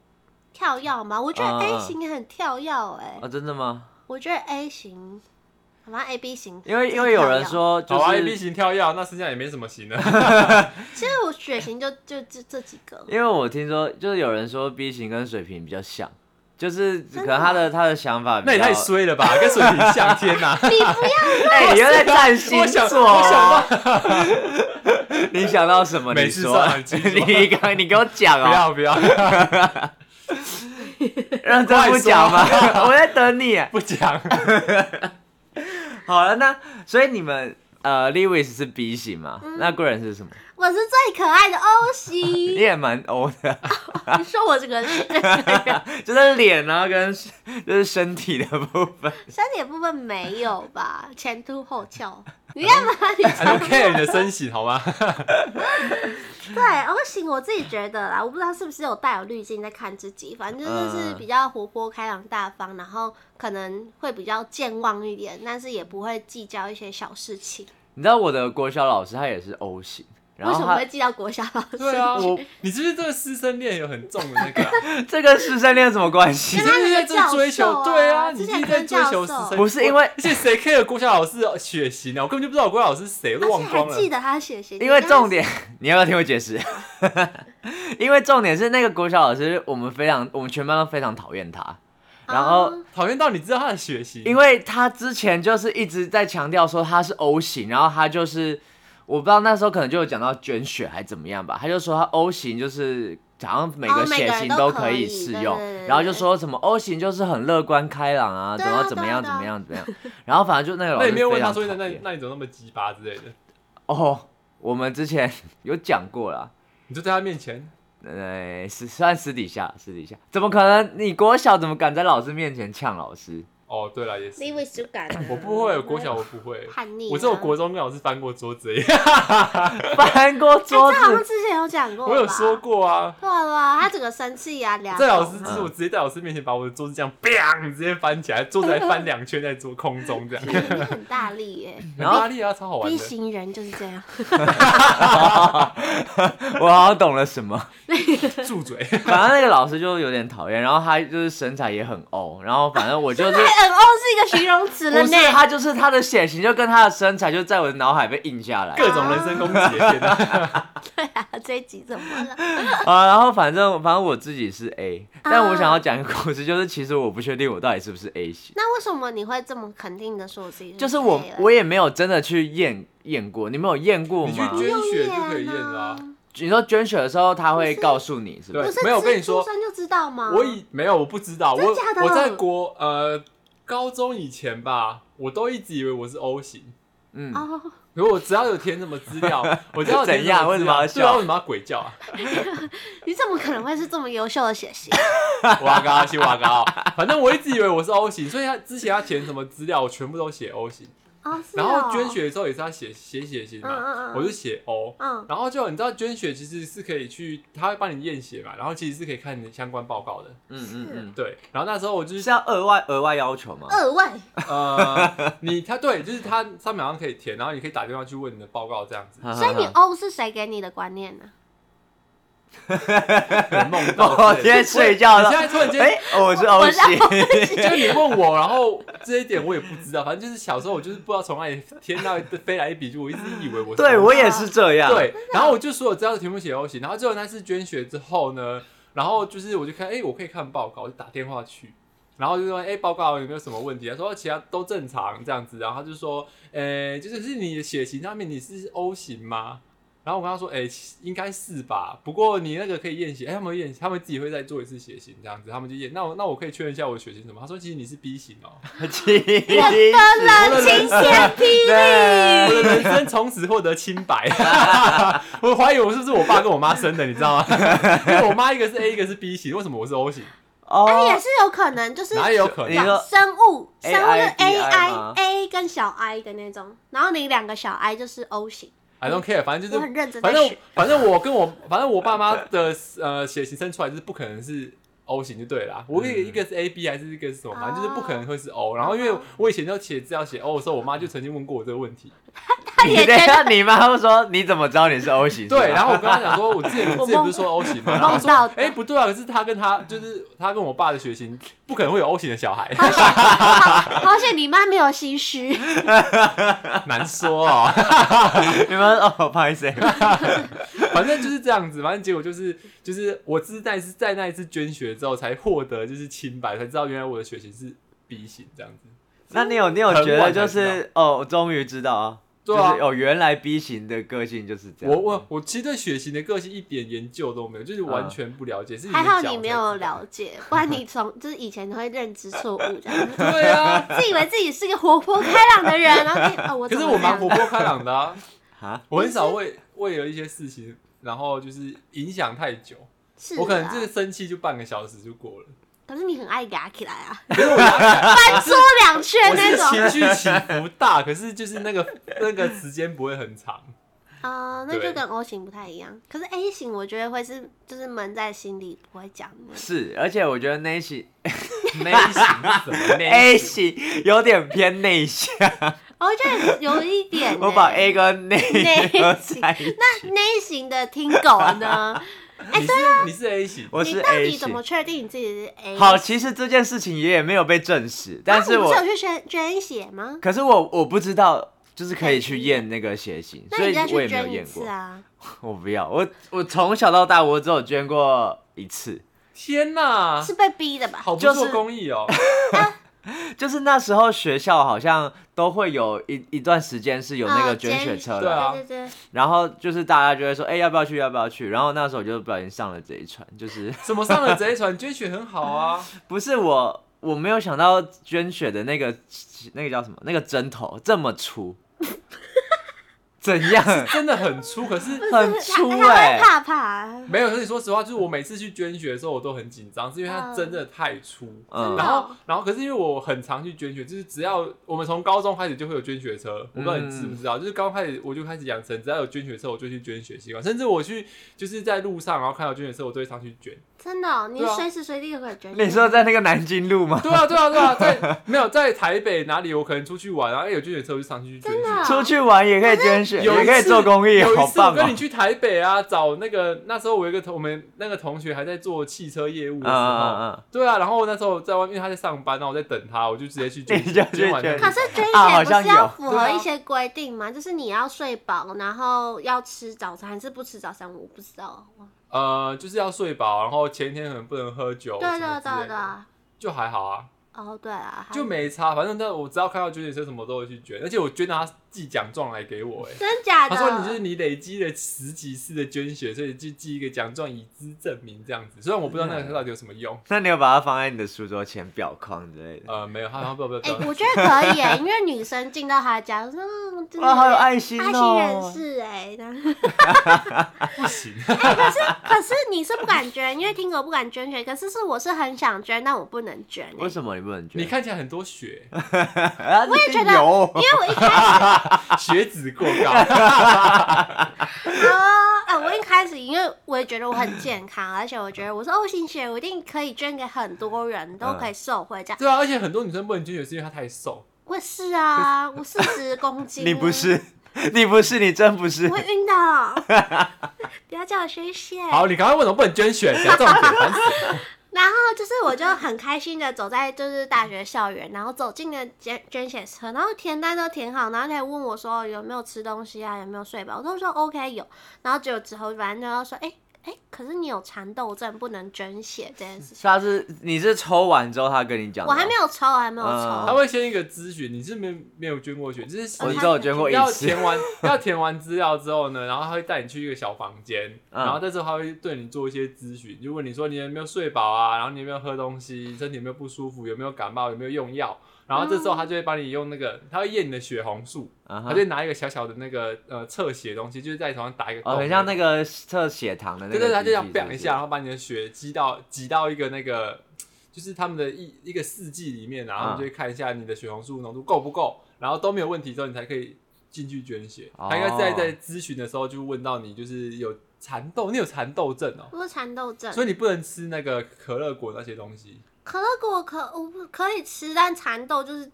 S1: 跳跃吗？我觉得
S2: 啊
S1: A 型也很跳跃哎、
S2: 啊？真的吗？
S1: 我觉得 A 型，好吧，A B 型，
S2: 因为因为有人，说就
S3: 好啊，A B
S2: 是。
S3: 型跳药，那实际上也没什么型的。
S1: 其实我血型就就这这几个，
S2: 因为我听说，就是有人说 B 型跟水瓶比较像，就是
S1: 的
S2: 可能他的他的想法比较。
S3: 那也太衰了吧，跟水瓶像，天哪！
S1: 你不要
S2: 哎，你又在占星
S3: 我想，
S2: 座？
S3: 我想到，
S2: 你想到什么？
S3: 没
S2: 你
S3: 事
S2: 说
S3: 算了你，继 续
S2: 你刚你给我讲
S3: 不
S2: 啊，
S3: 要不要，
S2: 认真不讲吗？ 我在等你。
S3: 不讲。
S2: 好了，那所以你们呃，Lewis 是 B 型嘛？
S1: 嗯
S2: 那贵人是什么？
S1: 我是最可爱的 O 型
S2: 你。也蛮欧的，
S1: 你说我这个人
S2: 就是脸啊跟就是身体的部分。
S1: 身体部分没有吧？前凸后翘，你干嘛？ 你
S3: I don't care 你的身形 好吗？
S1: 对 O 型，我自己觉得啦，我不知道是不是有带有滤镜在看自己，反正就是
S2: 嗯
S1: 比较活泼、开朗、大方，然后可能会比较健忘一点，但是也不会计较一些小事情。
S2: 你知道我的国小老师他也是 O 型，然
S1: 为什
S2: 后
S1: 么
S2: 他
S1: 会寄到国小老师？
S3: 对啊，
S2: 我
S3: 你是不是对师生恋有很重的那个 啊、
S2: 这跟师生恋有什么关系
S3: 你
S1: 跟？
S3: 是
S1: 他
S3: 不是
S1: 那
S3: 在
S1: 个教
S3: 这追
S1: 授
S3: 求？
S1: 啊
S3: 对啊，你
S1: 之
S3: 自
S1: 前
S3: 己在
S1: 跟
S3: 追
S1: 教
S3: 求师
S1: 授
S3: 生，
S2: 不是因为
S3: 而且谁 care 国小老师血型啊？我根本就不知道国小老师是谁，我都
S1: 而且
S3: 忘光
S1: 还
S3: 了。
S1: 记得他写信，
S2: 因为
S1: 你当时
S2: 重点， 你要不要听我解释？因为重点是那个国小老师，我们非常，我们全班都非常讨厌他。然后
S1: 哦
S3: 讨厌到你知道他的血型，
S2: 因为他之前就是一直在强调说他是 O 型，然后他就是我不知道那时候可能就有讲到捐血还怎么样吧，他就说他 O 型就是好像每
S1: 哦
S2: 个
S1: 每
S2: 血
S1: 个人
S2: 型
S1: 都
S2: 都
S1: 可
S2: 可以
S1: 以
S2: 适
S1: 对
S2: 用，
S1: 对对
S2: 然后就
S1: 对
S2: 说什么 O 型就是很乐观开朗啊，怎
S1: 对
S2: 么
S1: 啊
S2: 怎
S1: 对
S2: 么
S1: 啊
S2: 样
S1: 对
S2: 怎么
S1: 啊
S2: 样怎么样， 然后反正就那个老
S3: 那
S2: 师
S3: 你没有
S2: 非
S3: 问他
S2: 常
S3: 说那
S2: 讨
S3: 那
S2: 厌
S3: 那你怎么那么鸡巴之类的？
S2: 哦，我们之前有讲过啦。
S3: 你就在他面前，
S2: 呃，私虽然私底下，私底下怎么可能？你国小怎么敢在老师面前呛老 师？
S3: 哦，对了，也是
S1: 你以，为是敢啊？
S3: 我不会，国小我不会，
S1: 叛逆啊，
S3: 我只有国中跟老师翻过桌子而已，
S2: 翻过
S1: 哎，这好
S2: 桌
S1: 像
S2: 子，
S1: 之前有讲过，
S3: 我有说。过啊。
S1: 对了，他整个生气呀，两
S3: 在老师，
S1: 种
S3: 就是我直接在老师面前把我的桌子这样，bang，直接翻起来，桌子还翻两圈在桌空中这样，
S1: 你很大力耶，
S2: 然后
S3: 很大力啊，超好玩
S1: B
S3: 的。
S1: 型人就是这样。
S2: 我好像懂了什么。
S3: 住嘴！
S2: 反正那个老师就有点讨厌，然后他就是身材也很欧，然后反正我 就是
S1: N O 哎哦是一个形容词了
S2: 不
S1: 呢
S2: 是，他就是他的血型就跟他的身材就在我的脑海被印下来
S3: 各
S1: 啊
S3: 种人身攻击，天哪！
S1: 这一集怎么了？
S2: 啊。然后反正反正我自己是 A，但
S1: 啊
S2: 我想要讲一个故事，就是其实我不确定我到底是不是 A 型。
S1: 那为什么你会这么肯定的说我自己？
S2: 就是我
S1: 谁了
S2: 我也没有真的去验验过，你们有验过
S3: 你去
S2: 吗？
S1: 不
S3: 啊捐
S1: 用
S3: 血就可以
S1: 验
S3: 验了啊
S2: 你说捐血的时候他会
S1: 不是
S2: 告诉你是不
S1: 不
S2: 是？
S1: 是
S3: 没有我跟你说
S1: 自己出生就知道吗？
S3: 我以没有，我不知道，我
S1: 真假的
S3: 我在国呃高中以前吧，我都一直以为我是 O 型。
S2: 嗯，
S1: 哦，
S3: 如果我只要有填什么资料，我只要有填
S2: 怎样
S3: 什么
S2: 为
S3: 资
S2: 什
S3: 料
S2: 么要笑
S3: 对啊，为什么要鬼叫啊？
S1: 你怎么可能会是这么优秀的血型？
S3: 哇嘎西哇嘎哦，反正我一直以为我是 O 型，所以他之前他填什么资料，我全部都写 O 型。
S1: 哦，是哦
S3: 然后捐，血的时候也是他写写血型嘛，
S1: 嗯嗯嗯
S3: 我就写 O。
S1: 嗯，
S3: 然后就你知道捐血其实是可以去，他会帮你验血嘛，然后其实是可以看你相关报告的，
S2: 嗯嗯嗯，
S3: 对。然后那时候我就是
S2: 是要额外额外要求吗？
S1: 二位，
S3: 啊 呃，你他对，就是他上面好像可以填，然后你可以打电话去问你的报告 这样子。
S1: 所以你 O 是谁给你的观念呢？
S3: 梦到
S2: 哦 我今
S3: 之类的
S2: 天睡觉
S3: 你
S2: 了
S3: 现，在突然间，
S2: 哎，我是 O 型，
S3: 就是你问我，然后这一点我也不知道，反正就是小时候我就是不知道从哪里天到飞来一笔，就我一直以为我是
S2: 对我啊也是这样，，
S3: 哦对，然后我就所有资料全部写 O 型，然后最后那次捐血之后呢，然后就是我就看，哎、我可以看报告，我就打电话去，然后就说，哎、报告有没有什么问题？他说哦其他都正常这样子，然后他就说，呃、就是是你的血型上面你是 O 型吗？然后我跟他说，哎、应该是吧，不过你那个可以验血，哎、他们会验，他们自己会再做一次血型这样子，他们就验，那我那我可以确认一下我的血型什么？他说其实你是 B 型哦、
S2: 其实
S1: 我的人 晴天霹雳，
S3: 我的人生从此获得清白。 我怀疑我是不是我爸跟我妈生的，你知道吗？ 因为我妈一个是 A，一个是 B 型，为什么我是 O 型？
S1: 那
S2: 哦
S1: 哎也，是有可能，就是
S3: 哪有可
S2: 你
S3: 能？
S1: 讲
S2: 说
S1: 生物，生
S2: AI
S1: 物的
S2: DI 吗
S1: AI A 跟小 I 的那种，然后你两个小 I 就是 O 型，
S3: I don't care，反正就
S1: 我很
S3: 是，
S1: 认真在
S3: 反正
S1: 学，
S3: 反正我跟我，反正我爸妈的呃血型生出来就是不可能是 O 型就对啦。我
S1: 嗯
S3: 也一个是 A B 还是一个是什么，反正就是不可能会是
S1: 哦
S3: O。然后因为我以前就写资料写 O 的时候，我妈就曾经问过我这个问题。
S2: 你等一下你妈会说你怎么知道你是 O 型？
S3: 对，
S2: 后
S3: 然后我跟他讲说，我之 前我
S1: 我
S3: 之前不
S1: 梦
S3: 是说 O 型吗？
S1: 我
S3: 然后她说
S1: 梦到，的
S3: 哎、不对啊，可是他跟他就是他跟我爸的血型不可能会有 O 型的小孩。
S1: 而且你妈没有心虚，
S3: 难说哦，
S2: 你们哦，不好意 思，
S3: 反正就是这样子，反正结果就是就是我是那一次在那一次捐血之后才获得就是清白，才知道原来我的血型是 B 型这样子。
S2: 那你有你有觉得就是哦，我终于知道啊，
S3: 对啊
S2: 就是哦，原来 B 型的个性就是这样，
S3: 我我我其实对血型的个性一点研究都没有，就是
S2: 嗯
S3: 完全不了解。是你
S1: 还
S3: 们
S1: 好
S3: 讲
S1: 你
S3: 我
S1: 没
S3: 才
S1: 有
S3: 知道
S1: 了。解，不然你从就是以前你会认知错误这样，
S3: 对啊，
S1: 自以为自己是个活泼开朗的人，然后自己哦我
S3: 可
S1: 怎
S3: 是
S1: 么
S3: 我
S1: 这
S3: 蛮活
S1: 样？
S3: 泼开朗的啊，
S2: 啊，
S3: 我很少为为了一些事情，然后就是影响太久。
S1: 是
S3: 我可能
S1: 啊
S3: 这个生气就半个小时就过了，
S1: 可是你很爱牙起来啊，
S3: 可是我 压起来
S1: 翻桌两圈
S3: 我
S1: 那
S3: 是情
S1: 种，
S3: 绪起伏大，可是就是 那个那个时间不会很 长。
S1: 啊、那
S3: 对
S1: 就跟 O 型不太一样。可是 A 型我觉得会是就是闷在心里不会讲的，
S2: 是，而且我觉得那一型
S1: 哎
S3: 内型是什么
S2: A 型有点偏内向，
S1: 我觉得有一点欸、
S2: 我把 A 跟内
S1: 内
S2: 合在一起，
S1: 那内型的听狗呢？
S3: 你是
S1: 啊
S3: 你是 A 型，
S2: 我
S1: 你
S2: 是
S1: 到
S2: A
S1: 底怎么
S2: 型。
S1: 确定你自己是 A？
S2: 好，其实这件事情也没有被证实，但是
S1: 啊你
S2: 我
S1: 不是有去捐捐血吗？
S2: 可是我我不知道，就是可以去验那个血型，
S1: 那
S2: 所
S1: 你
S2: 以
S1: 再
S2: 我
S1: 去
S2: 也没有
S1: 捐一
S2: 验
S1: 次
S2: 过。
S1: 啊！
S2: 我不要，我我从小到大我只有捐过一次，
S3: 天哪，
S1: 是被逼的吧？啊
S3: 好不
S2: 啊就是
S3: 做公益哦，
S2: 就是那时候学校好像都会有一一段时间是有那
S1: 啊
S2: 个捐血车
S3: 对
S2: 的，
S3: 啊
S1: 对对
S2: 然后就是大家就会说，哎、要不要去，要不要去？然后那时候我就不小心上了这一船，就是
S3: 怎么上了贼船 捐血很好啊？
S2: 不是我我没有想到捐血的那个那个叫什么那个针头这 么粗，怎样？
S3: 真的很粗，可是
S1: 对，
S2: 很
S1: 不是啊
S2: 粗
S1: 他他
S2: 欸
S1: 会怕啊怕，
S3: 没有。可是说实话，就是我每次去捐血的时候，我都很紧张，是因为它
S1: 嗯
S3: 真的太粗。
S1: 真的哦
S3: 然
S2: 嗯，
S3: 后，然后，可是因为我很常去捐血，就是只要我们从高中开始就会有捐血车，我不知道你知不知
S2: 嗯
S3: 道，就是刚开始我就开始养成，只要有捐血车我就去捐血习惯，甚至我去就是在路上，然后看到捐血车我都会上去捐。
S1: 真的哦，你
S3: 对啊
S1: 随时随地都可以捐血。
S2: 你说在那个南京路吗？
S3: 对啊，对啊，对 啊，在没有在台北哪里，我可能出去玩，然后哎有捐血车我就上去捐
S1: 真的
S3: 血。
S1: 啊
S2: 出去玩也可以捐血，
S3: 有一
S2: 也可以
S3: 次
S2: 做公益，
S3: 有一
S2: 好
S3: 次我
S2: 棒
S3: 跟
S2: 哦
S3: 你！去台北啊，找那个那时候我有一个同我们那个同学还在做汽车业务的时候，
S2: 嗯嗯
S3: 对啊，然后那时候在外面他在上班，然后我在等他，我就直接 去捐
S2: 你
S3: 血
S2: 就去
S3: 捐完
S2: 捐
S1: 可
S3: 他
S1: 是捐
S2: 啊
S1: 血
S2: 好
S1: 不
S2: 像
S1: 是要
S2: 有
S1: 符
S3: 对啊
S1: 合一些规定吗？就是你要睡饱，然后要吃早餐，还是不吃早餐？我不知道。
S3: 呃，就是要睡饱，然后前一天可能不能喝酒，
S1: 对
S3: 哦什么
S1: 对啊
S3: 之类
S1: 对
S3: 的
S1: 对，
S3: 就还好啊，
S1: 哦对啊，
S3: 就
S1: 还
S3: 没差，反正那我只要看到捐血车什么都会去捐，而且我捐到他寄奖状来给我、哎。
S1: 真假
S3: 他
S1: 的。
S3: 说：“你就是你累积了十几次的捐血，所以就寄一个奖状以资证明这样子。虽然我不知道那
S1: 啊
S3: 个到底有什么用，
S2: 那你有把它放在你的书桌前表框之类的？
S3: 呃，没有， 他好像不知道不
S1: 哎、
S3: 知道。
S1: 我觉得可以、 欸，因为女生进到他家，嗯，真的
S2: 哇，好有爱心
S1: 爱心人
S2: 哦！
S1: 士哎、然后哎
S3: 不行，
S1: 可是你是不敢捐，因为听狗不敢捐血。可是是我是很想捐，但我不能捐、欸
S2: 为什么你不能捐？
S3: 你看起来很多血，
S2: 啊，我
S1: 也觉得
S2: 有
S1: 因，为我一开始
S3: 血脂 过高。
S1: 啊，啊我一开始因为我也觉得我很健康，而且我觉得我是 O 型血，我一定可以捐给很多人
S2: 嗯
S1: 都可以受惠这样。
S3: 对啊，而且很多女生不能捐血是因为她太瘦。
S1: 我是 啊，我四十公斤、啊
S2: 你不，是，你不是，你真不是
S1: 我。会晕的， 不要叫我学血。
S3: 好，你刚刚为什么不能捐血？讲重点，烦死了。
S1: 然后就是我就很开心的走在就是大学校园，然后走进了捐捐血车，然后填单都填好，然后他还问我说有没有吃东西啊，有没有睡饱，我都说 OK 有，然后结果之后反正就说哎哎、可是你有蚕豆症不能捐血这件事情，
S2: 他是你是抽完之后他跟你讲的
S1: 我
S2: 吗，
S1: 还没有抽，我还没有抽，
S2: 啊嗯
S3: 他会先一个咨询，你是没没有捐过血，就是
S2: 我
S1: 哦
S2: 只有捐过一
S3: 要
S2: 次。
S3: 填完 要填完资料之后呢，然后他会带你去一个小房间，
S2: 嗯
S3: 然后在这时候他会对你做一些咨询，就问你说你有没有睡饱啊，然后你有没有喝东西，身体有没有不舒服，有没有感冒，有没有用药。然后这时候他就会帮你用那个，他会验你的血红素，
S2: 嗯
S3: 他
S2: 哼
S3: 就拿一个小小的那个呃测血的东西，就是在头上打一个
S2: 哦，
S3: 洞
S2: 很像那个测血糖的那
S3: 对
S2: 个。
S3: 对，对他就
S2: 要
S3: 想 bang 一下，然。后把你的血挤到挤到一个那个，就是他们的一一个试剂里面，然后
S2: 嗯
S3: 他们就会看一下你的血红素浓度够不够，然后都没有问题之后，你才可以进去捐血。
S2: 哦
S3: 他应该在在咨询的时候就问到你，就是有蚕豆，你有蚕豆症哦、
S1: 我是蚕豆症，
S3: 所以你不能吃那个可乐果那些东西。
S1: 可乐果可我不可以吃，但蚕豆就是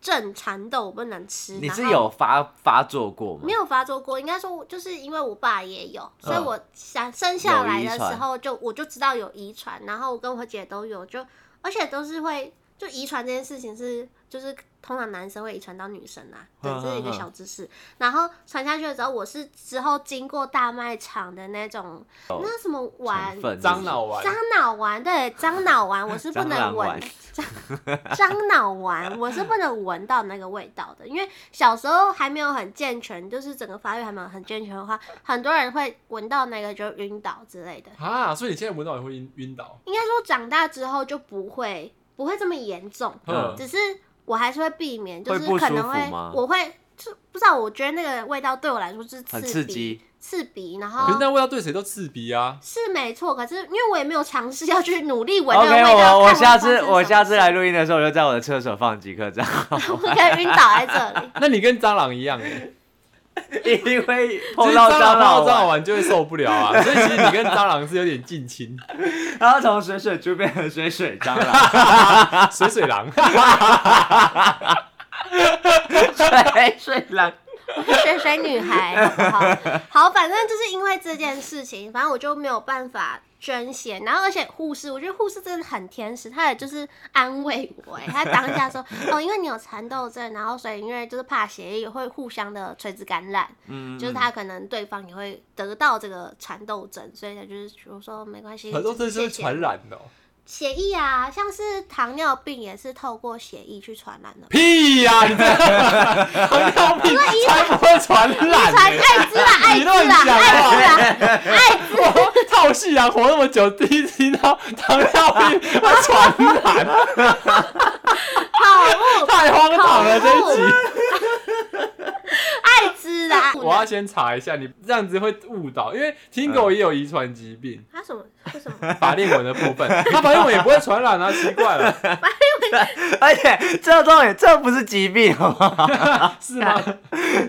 S1: 正蚕豆我不能吃，
S2: 你是
S1: 然后
S2: 有发发作过吗
S1: 没？有发作过，应该说我就是因为我爸也有，所以
S2: 嗯
S1: 我想生下来
S2: 有
S1: 的
S2: 遗传
S1: 时候就我就知道有遗传，然后我跟我姐都有，就而且都是会就遗传这件事情是就是通常男生会遗传到女生啦，对，
S2: 嗯
S1: 这是一个
S2: 嗯嗯
S1: 小知识。然后传下去的时候，我是之后经过大卖场的那种那什么丸
S2: 哦成。分
S3: 樟脑丸，
S1: 樟脑丸，对，樟脑丸 我是不
S2: 蟑
S1: 能
S2: 螂
S1: 闻
S2: 丸，
S1: 樟脑丸，我是不能闻到那个味道的，因为小时候还没有很健全，就是整个发育还没有很健全的话，很多人会闻到那个就晕倒之类的。
S3: 啊，所以你现在闻到也会晕晕倒。
S1: 应该说长大之后就不会不会这么严 重，
S3: 嗯
S2: 嗯，
S1: 只是我还是会避免，就
S2: 会
S1: 是
S2: 不
S1: 可
S2: 舒
S1: 能
S2: 服
S1: 会
S2: 吗
S1: 我会就不知道，我觉得那个味道对我来说就是刺
S2: 很
S1: 鼻，
S2: 刺激。
S1: 刺鼻，然
S3: 可是
S1: 后。
S3: 那味道对谁都刺鼻啊！
S1: 是没错，可是因为我也没有尝试要去努力闻那个
S2: OK，
S1: 味道。
S2: 哦我我
S1: 看
S2: 下
S1: 会发
S2: 次
S1: 生
S2: 我
S1: 什
S2: 下
S1: 么
S2: 次来录音的时候，我就在我的厕所放几颗 这样，
S1: 事，我可以晕倒在这里。
S3: 那你跟蟑螂一样哎、
S2: 因为
S3: 就是
S2: 碰到蟑
S3: 蟑螂碰到
S2: 螂
S3: 蟑螂
S2: 丸，
S3: 丸就会受不了啊！所以其实你跟蟑螂是有点近亲，
S2: 然后从水水猪 变成水水蟑螂。
S3: 水水狼。
S2: 水水狼，
S1: 水水女孩，好不 好？好，反正就是因为这件事情，反正我就没有办法捐血。然后，而且护士，我觉得护士真的很天使，她也就是安慰我、 欸，她当下说，哦，因为你有蚕豆症，然后所以因为就是怕血液会互相的垂直感染，
S2: 嗯，
S1: 就是他可能对方也会得到这个蚕豆症，所以他就是我说哦没关系，
S3: 很多这
S1: 就是
S3: 会
S1: 是谢谢
S3: 传染的哦、
S1: 血液啊，像是糖尿病也是透过血液去传染的。
S3: 屁呀、你这糖尿病才不会 传染
S1: 传
S3: 欸、
S1: 艾滋啦，艾
S3: 你
S1: 滋
S3: 乱
S1: 啦，
S3: 讲
S1: 艾滋啦，
S3: 我套戏啊，活那么久，第一次听到糖尿病会传 染，啊
S1: 好恶
S3: 太荒唐了这一集。
S1: 艾滋啦。
S3: 我要先查一下，你这样子会误导，因为听狗也有遗传疾 病，
S1: 他什么？为什么？
S3: 法令纹的部分，他法令纹也不会传染啊，奇怪了，
S2: 而且这东西这不是疾病好不好？
S3: 是吗？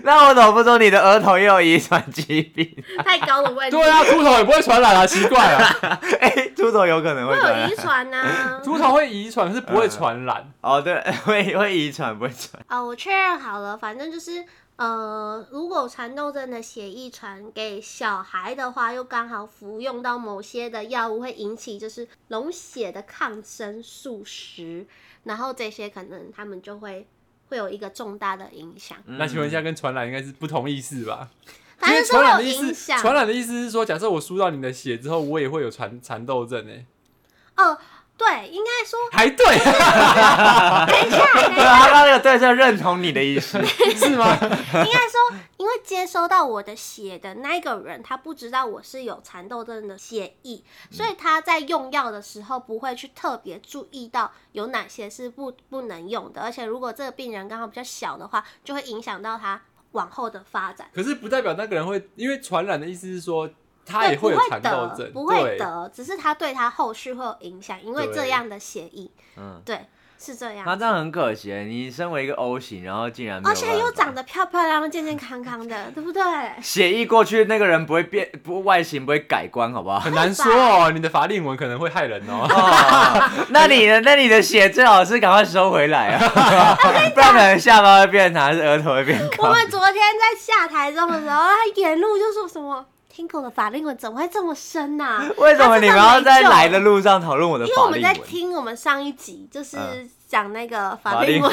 S2: 那我怎么不说你的儿童也有遗传疾病？
S1: 太高的问题。
S3: 对啊，秃头也不会传染啊，奇怪啊，
S2: 哎、秃头有可能
S1: 会
S2: 会传
S1: 有
S2: 染
S1: 遗传啊 呐。
S3: 秃头会遗传，可是不会传染。
S2: 哦，对，会会遗传不会传。
S1: 啊，我确认好了，反正就是。呃，如果蚕豆症的血液传给小孩的话，又刚好服用到某些的药物，会引起就是溶血的抗生素时，然后这些可能他们就会会有一个重大的影响。
S3: 那请问一下，跟传染应该是不同意思吧？
S1: 反正
S3: 因为
S1: 是
S3: 传染
S1: 会
S3: 的
S1: 有影
S3: 意思，
S1: 响。
S3: 传染的意思是说，假设我输到你的血之后，我也会有蚕蚕豆症诶、
S1: 哦，对，应该说，
S3: 还对
S1: 等一下，等一
S2: 对
S1: 下，
S2: 啊，他那个对象认同你的意思，
S3: 是吗？
S1: 应该说，因为接收到我的血的那一个人，他不知道我是有蚕豆症的血液，所
S3: 嗯
S1: 以他在用药的时候不会去特别注意到有哪些是不不能用的，而且如果这个病人刚好比较小的话，就会影响到他往后的发展。
S3: 可是不代表那个人会，因为传染的意思是说他
S1: 对，
S3: 也
S1: 不
S3: 会有
S1: 会
S3: 蚕豆
S1: 得
S3: 症，，
S1: 不会
S3: 对
S1: 得，只是他对他后续会有影响，因为
S3: 对
S1: 这样的血液，
S2: 嗯，
S1: 对，是这样
S2: 那。这样很可惜。你身为一个 O 型，然后竟然没有
S1: 而且又
S2: 办法
S1: 长得漂漂亮亮、健健康康的，对不对？
S2: 血液过去，那个人不会变，不外形不会改观，好不好？
S3: 很难说哦，你的法令纹可能会害人哦。
S2: 哦， 那你的那你的血最好是赶快收回来 啊，不然可能下巴会变长，还是额头会变
S1: 我
S2: 高。
S1: 们昨天在下台中的时候，他沿路就说什么“听狗的法令纹怎么会这么深呐、
S2: 为什么你们要在来的
S1: 的？
S2: 路上讨论我的
S1: 因为我
S2: 法
S1: 们
S2: 令
S1: 在
S2: 纹？
S1: 听我们上一集，就是
S2: 嗯
S1: 讲那个法令纹。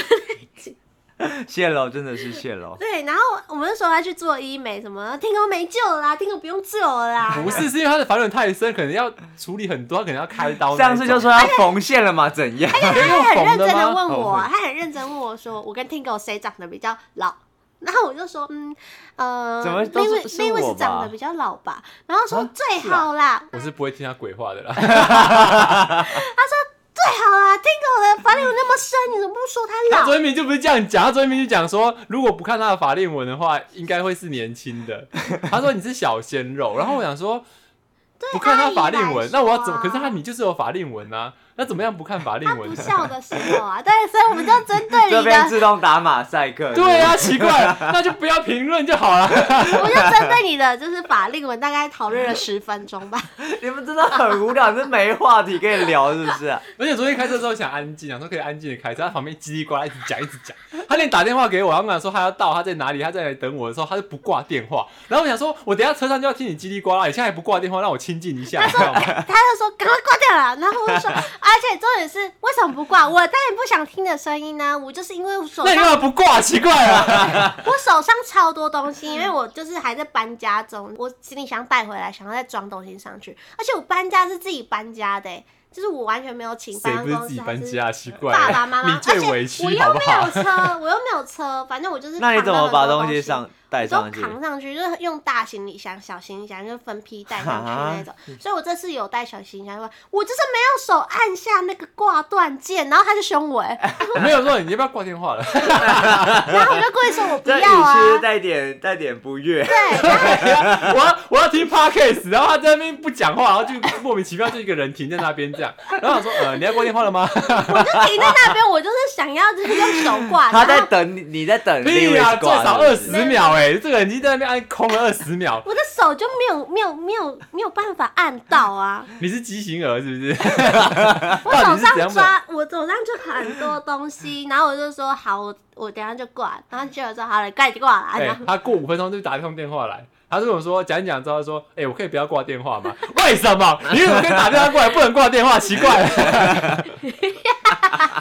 S2: 谢喽，真的是谢喽。
S1: 对，然后我们就说他去做医美，什么听狗没救了啦，听狗不用救了啦。
S3: 不是，是因为他的法令纹太深，可能要处理很多，他可能要开
S1: 啊
S3: 刀。
S2: 上次就说，要缝线了嘛，怎样？
S1: 他很认真的问
S3: 缝的
S1: 我，
S3: 吗
S1: 他很认真地问我说，我跟听狗谁长得比较老？然后我就说，嗯，呃，
S2: 怎么都是
S1: Lewis
S2: 是我
S1: Lewis
S2: 吧
S1: 长得比较老吧？然后说
S2: 啊
S1: 最
S2: 是啊
S1: 好啦，
S3: 我是不会听他鬼话的啦。
S1: 最好啦，听狗的法令纹那么深，你怎么不说他
S3: 他
S1: 老啊
S3: 昨？天明明就不是这样讲，他昨天明明就讲说，如果不看他的法令纹的话，应该会是年轻的。他说你是小鲜肉，然后我想说，不看他法令纹，
S1: 阿姨来说啊
S3: 那我要怎么？可是他你就是有法令纹啊，那怎么样不看法令
S1: 他
S3: 纹
S1: 不
S3: 呢？
S1: 笑的时候啊，对，所以我们就针对
S2: 这
S1: 你
S2: 边
S1: 的，
S2: 自动打马赛克。
S3: 对啊，奇怪，那就不要评论就好了。
S1: 我就针对你的就是法令纹，大概讨论了十分钟 吧。
S2: 你们真的很无聊，真没话题可以聊，是不 是啊？
S3: 而且昨天开车的时候想安静，想说可以安静的开车，他旁边叽里呱啦一直讲一直讲，他连打电话给我，他跟我说他要到，他在哪里，他在哪里等我的时候，他就不挂电话。然后我想说，我等一下车上就要听你叽里呱啦，你现在还不挂电话，让我亲近一下，你知道吗？
S1: 他就说赶快挂掉了，然后我就说， 而且重点是为什么不挂？我当然不想听的声音啊呢，我就是因为我手
S3: 那你干
S1: 上
S3: 嘛不挂？奇怪啊！
S1: 我手上超多东西，因为我就是还在搬家中，我行李箱带回来，想要再装东西上去，而且我搬家是自己搬家的、欸就是我完全没有请
S3: 谁
S1: 搬公
S3: 不是
S1: 司，
S3: 自己搬
S1: 还是
S3: 家？奇怪，
S1: 爸爸妈妈，
S3: 你最委屈
S1: 而且
S3: 好
S1: 我又
S3: 不
S1: 没
S3: 好
S1: 有？ 车，我又没有车，反正我就是
S2: 那你怎么
S1: 扛
S2: 把
S1: 那么多
S2: 东西
S1: 西
S2: 上带
S1: 我都
S2: 上去？
S1: 扛上去，就是用大行李箱、小行李箱，就分批带上去
S2: 啊哈
S1: 那种。所以我这次有带小行李箱，我就是没有手按下那个挂断键，然后他就凶我、 欸，
S3: 我没有说你要不要挂电话了？
S1: 然后我就故意说我不
S2: 这语
S1: 要啊，
S2: 气带点带点不悦。
S3: 我要我要听 podcast，然后他在那边不讲话，然后就莫名其妙就一个人停在那边这样，然后我想说呃你要挂电话了吗？
S1: 我就停在那边，我就是想要就是用手挂，
S2: 他
S1: 然
S2: 在
S1: 后
S2: 等你，你在等
S3: 屁呀、
S2: Lewis
S3: 啊最
S2: 挂
S3: 少
S2: 是
S3: 二
S2: 不是
S3: 十秒哎、这个人已经在那边按空了二十秒，
S1: 我的手就没有没有没有没有办法按到啊！
S3: 你是畸形儿是 不是？
S1: 我手
S3: 到底是怎
S1: 上
S3: 样的？
S1: 抓，我手上就很多东 西，然后我就说好，我我等一下就挂，然后就有说好了，盖就挂了，啊
S3: 哎、
S1: 然后
S3: 他过五分钟就打一通电话来，他就跟我说讲一讲之后说，哎、我可以不要挂电话 吗？为什么？你怎么可以打电话过来，不能挂电话？奇怪，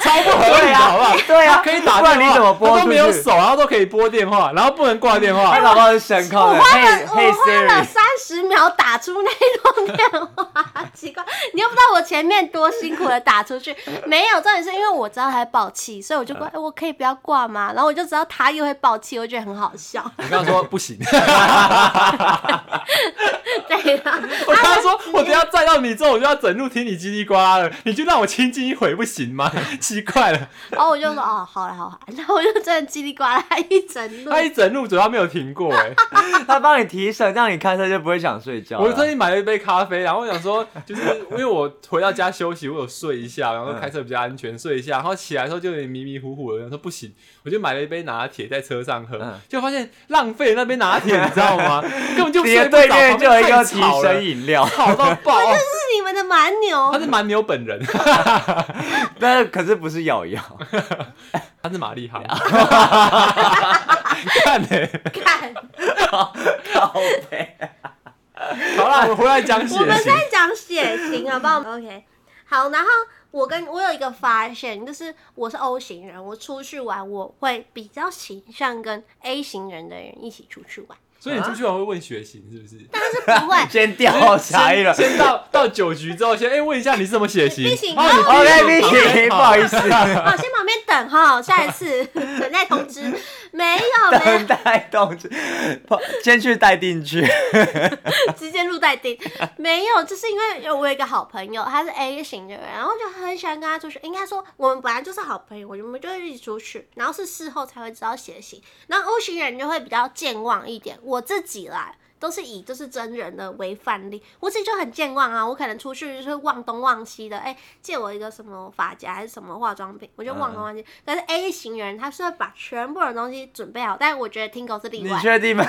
S3: 超不合理的，好不好？
S2: 对啊
S3: 他可以打
S2: 不然
S3: 电
S2: 你
S3: 话，
S2: 怎么拨
S3: 他都
S2: 出
S3: 没有
S2: 去
S3: 手，然后都可以拨电话，然后不能挂电话
S2: 他。搞不好是声控
S1: 我
S2: 的。
S1: 花了
S2: 嘿嘿
S1: 我花了
S2: Siri，
S1: 三十秒打出那通电话，奇怪，你又不知道我前面多辛苦的打出去，没有，重点是因为我知道他会爆气，所以我就
S3: 啊
S1: 说，哎、我可以不要挂吗？然后我就知道他又会爆气，我觉得很好 笑，
S3: 我刚刚说不行，
S1: 对啊，
S3: 我刚刚说我等一下载到你之后，我就要整路听你叽里呱啦了，你就让我亲近一回不行吗？ 奇 怪了，
S1: 然后我就说，哦，好了好了，然后我就真的叽里呱啦一整路
S3: 他，啊一整路主要没有停 过
S2: 啊
S3: 哎、
S2: 他帮你提神，让你开车就不会想睡觉了。
S3: 我最近买了一杯咖啡，然后我想说，就是因为我回到家休息，我有睡一下，然
S2: 嗯
S3: 后开车比较安全，睡一下，然后起来的时候就有点迷迷糊糊的，然后说不行，我就买了一杯拿铁在车上喝
S2: 嗯，
S3: 就发现浪费那杯拿铁，你知道 吗？根本就
S2: 你
S3: 睡
S2: 的
S3: 不
S2: 对
S3: 着，
S2: 面就有
S3: 旁
S2: 一
S3: 边太
S2: 个提
S3: 吵了
S2: 神饮料，
S3: 吵到爆，哦
S1: 是你们的蛮牛
S3: 他，是蛮牛本人，
S2: 但是可是不是咬咬，
S3: 他是玛 丽哈， 看欸呢、
S1: 看，
S2: 靠背。
S3: 好啦，我们回来讲血
S1: 我们
S3: 型，
S1: 在讲血型好不好？OK，好，然后我跟我有一个发现，就是我是 O 型人，我出去玩我会比较倾向跟 A 型人的人一起出去玩，
S3: 所以你出去玩会问血型是 不是？
S1: 但是不 会
S2: 先掉下一
S3: 先
S2: 了。
S3: 先到到酒局之后，先哎、问一下你是什么血型？
S1: B 型
S3: 哦，你
S2: OK，
S3: B 型
S2: 不行，不好意思，
S1: 哦，先旁边等哈，下一次等待通知，没有没有
S2: 等，待通知，先去待定去。
S1: 直接录待定， 没有，就是因为我有一个好朋友，他是 A 型的人，然后就很喜欢跟他出去。应该说我们本来就是好朋友，我们就会一起出去，然后是事后才会知道血型。然后 O 型人就会比较健忘一点，我自己啦。都是以就是真人的为范例，我自己就很健忘啊，我可能出去就是忘东忘西的，哎、借我一个什么发夹还是什么化妆品，我就忘东忘西。
S3: 嗯
S1: 但是 A 型人他是会把全部的东西准备好，但我觉得 Tingo 是例
S2: 你
S1: 外，
S2: 确定吗？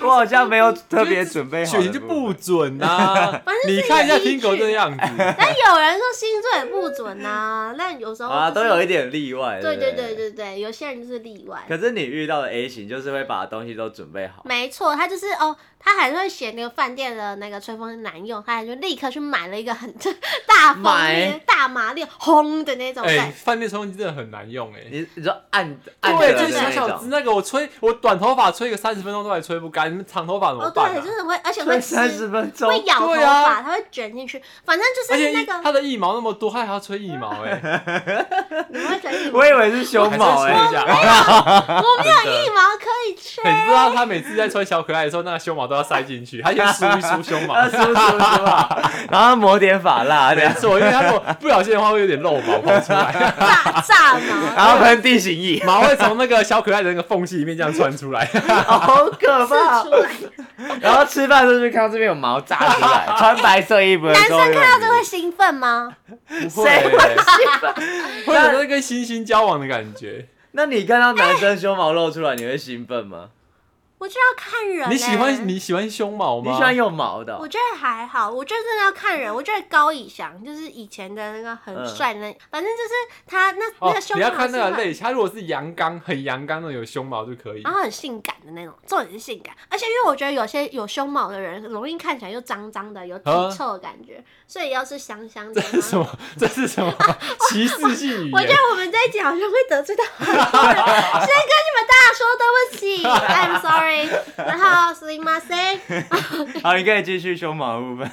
S2: 我好像没有特别准备好的
S3: 血
S2: 部分，
S3: 型就不准呐、
S1: 反正是
S3: 你
S1: 一个
S3: 看一下
S1: 依
S3: 听狗
S1: 据
S3: 这 样子，
S1: 但有人说星座也不准呐、但有时候、
S2: 啊，都有一
S1: 点。
S2: 点例外。
S1: 对
S2: 对
S1: 对对。
S2: 不
S1: 对对，有些人就是例外。
S2: 可是你遇到的 A 型就是会把东西都准备好，
S1: 没错，他就是哦，他还会嫌那个饭店的那个吹风难用，他还就立刻去买了一个很 大风
S2: 买
S1: 大麻料轰的那种。
S3: 哎、
S1: 对，
S3: 饭店冲击真的很难用哎、
S1: 嗯
S2: 你你说按按
S3: 对，
S2: 的
S3: 就是
S2: 那
S3: 小小只
S2: 种，
S3: 那个，我吹我短头发吹个三十分钟都还吹不干，你们长头发怎么
S1: 哦
S3: 办、啊
S1: 对，就是会，而且会
S2: 吹
S1: 吃，
S2: 三十分钟
S1: 会，咬头
S3: 对啊
S1: 发，它会卷进去。反正就
S3: 而
S1: 是
S3: 且
S1: 那
S3: 一
S1: 个，
S3: 它的腋毛那么多，它还要吹腋毛 哎、
S1: 你们会卷 腋毛？
S2: 我以为是熊
S3: 还是
S2: 猫
S3: 要吹
S2: 哎
S3: 一。下。
S1: 我没 有腋毛可以啊吹。
S3: 哎你知道他每次在穿小可爱的时候，那个胸毛都要塞进去，他先梳一梳 胸毛
S2: 啊，。叔叔叔啊，然后抹点发蜡这
S3: 没
S2: 样，
S3: 错，因为他如果不小心的话，会有点漏毛跑 出来，
S1: 炸炸
S3: 哎
S1: 毛。
S2: 然后喷地形 液，
S3: 毛会从那个小可爱的那个缝隙里面这样穿出来。
S2: 好可
S1: 刺
S2: 怕
S1: 出！
S3: 哎
S1: 来，
S2: 然后吃饭的时候就看到这边有毛炸出来，穿白色衣服的
S1: 男
S2: 时候，
S1: 生看到
S3: 哎
S1: 这会兴奋吗？
S3: 不
S2: 谁会
S3: 欸会有那跟星星交往的感觉。
S2: 那你看到男生胸毛露出来，你会兴奋吗？
S1: 我就要看人、欸。
S3: 你喜欢你喜欢胸毛
S2: 你
S3: 吗？
S2: 喜欢有毛的
S1: 我
S2: 哦？
S1: 觉得还好，我觉得真的要看
S3: 嗯
S1: 人。我觉得高以翔就是以前的那个很
S2: 嗯
S1: 帅的那，反正就是他那那
S3: 哦
S1: 个，胸
S3: 你
S1: 毛
S3: 要
S1: 是
S3: 看那个
S1: 很，
S3: 类型，他如果是阳刚，很阳刚的有胸毛就可以
S1: 然。后很性感的那种，重点是性感。而且因为我觉得有些有胸毛的人容易看起来又脏脏的，有体
S3: 啊
S1: 臭的感觉，所以要是香香
S3: 这
S1: 的。
S3: 是什么？ 这是什么歧视性语
S1: 我觉得
S3: 言？
S1: 我们这一集好像会得罪到很多人，先跟 你们大家说对不起，I'm sorry。然后 s l i m a s e
S2: 好，你可以继续胸毛的部分。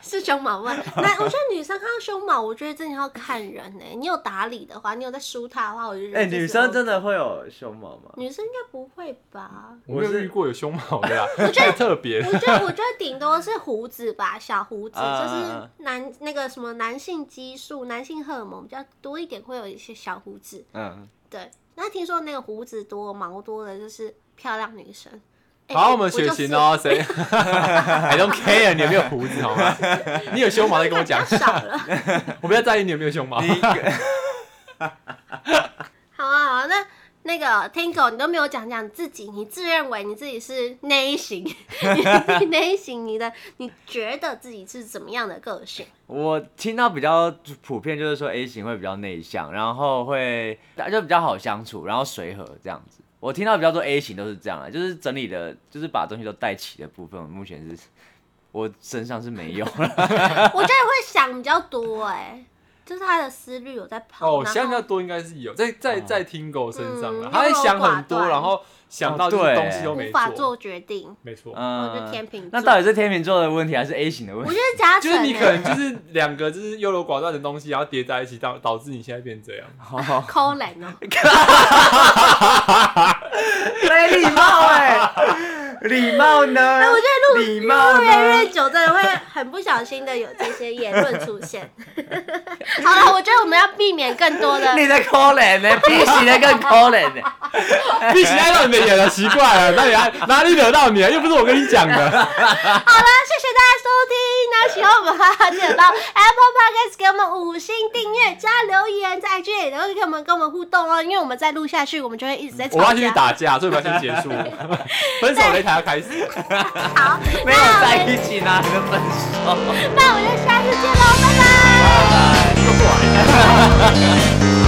S1: 是胸毛 问，那我觉得女生看到胸毛，我觉得真的要看人呢、你有打理的话，你有在梳它的话，我就觉得、
S2: 哎，女生真，的会有胸毛吗？
S1: 女生应该不会吧？
S3: 我没有遇过有胸毛的啦，
S1: 我觉
S3: 太
S1: 得
S3: 特别了。
S1: 我觉得，我觉得顶多是胡子吧，小胡子，
S2: 啊
S1: 就是男那个什么男性激素、男性荷尔蒙比较多一点，会有一些小胡子。
S2: 嗯，
S1: 对，那听说那个胡子多、毛多的，就是漂亮女生。哎
S3: 好，我们血型。哦，谁 ？I don't care，你有没有胡子好吗？你有胸毛
S1: 我
S3: 再
S1: 就是
S3: 跟 我讲
S1: 比，较少了。
S3: 我不要在意你有没有胸毛。
S2: 你
S1: 好啊，好啊，那那个 Tingo，你都没有讲讲你自己，你自认为你自己是哪一型？ 你哪一型？你的你觉得自己是怎么样的个性？
S2: 我听到比较普遍就是说 A 型会比较内向，然后会大家就比较好相处，然后随和这样子。我听到比较多 A 型都是这样啊，就是整理的，就是把东西都带齐的部分，我目前是我身上是没 有。
S1: 我觉得会想比较多哎、就是他的思虑有在跑。
S3: 哦，
S1: 然
S3: 想比
S1: 后哦
S3: 较多应该是有，在在在听狗身上了
S1: 嗯，
S3: 他在想
S1: 优柔
S3: 很
S1: 寡
S3: 多，
S1: 断
S3: 然后想到就
S2: 哦对
S3: 是东西都没
S1: 无法做决定，
S3: 没错，
S1: 我是
S2: 嗯，
S1: 哦天秤座。
S2: 那到底是天秤座的问题还是 A 型的问
S1: 我
S2: 题
S1: 觉？得加
S3: 就
S1: 成、
S3: 是你
S1: 欸，
S3: 可能就是两个就是优柔寡断的东西，然后叠在一起，导导致你现在变 这样。
S2: 好
S1: 抠懒哦。
S2: 没礼貌哎、 礼貌呢？
S1: 哎，我觉得录
S2: 礼
S1: 录
S3: 啊
S2: 貌
S1: 越来越
S2: 呢？
S1: 久，真的会很不小心的有这些言论出现。 好了，我觉得我们要避免更多 的。
S2: 你在抠脸呢，B 型的更抠脸呢。
S3: 必须按照你的演了，奇怪了，那你还哪里惹到你了？啊又不是我跟你讲 的。
S1: 好了，谢谢大家收听。那喜欢我们的话，记得到 Apple Podcast 给我们五星订阅加留言，在 IG 也都可以跟我们跟我们互动哦。因为我们再录下去，我们就会一直在吵
S3: 我要去
S1: 架。
S3: 打架，所以我们要先结束。 分手擂台要开始。
S1: 好，
S2: 没有在一起哪来的分手？
S1: 那我们就下次见喽，拜拜。
S2: 拜拜。
S3: 又过来。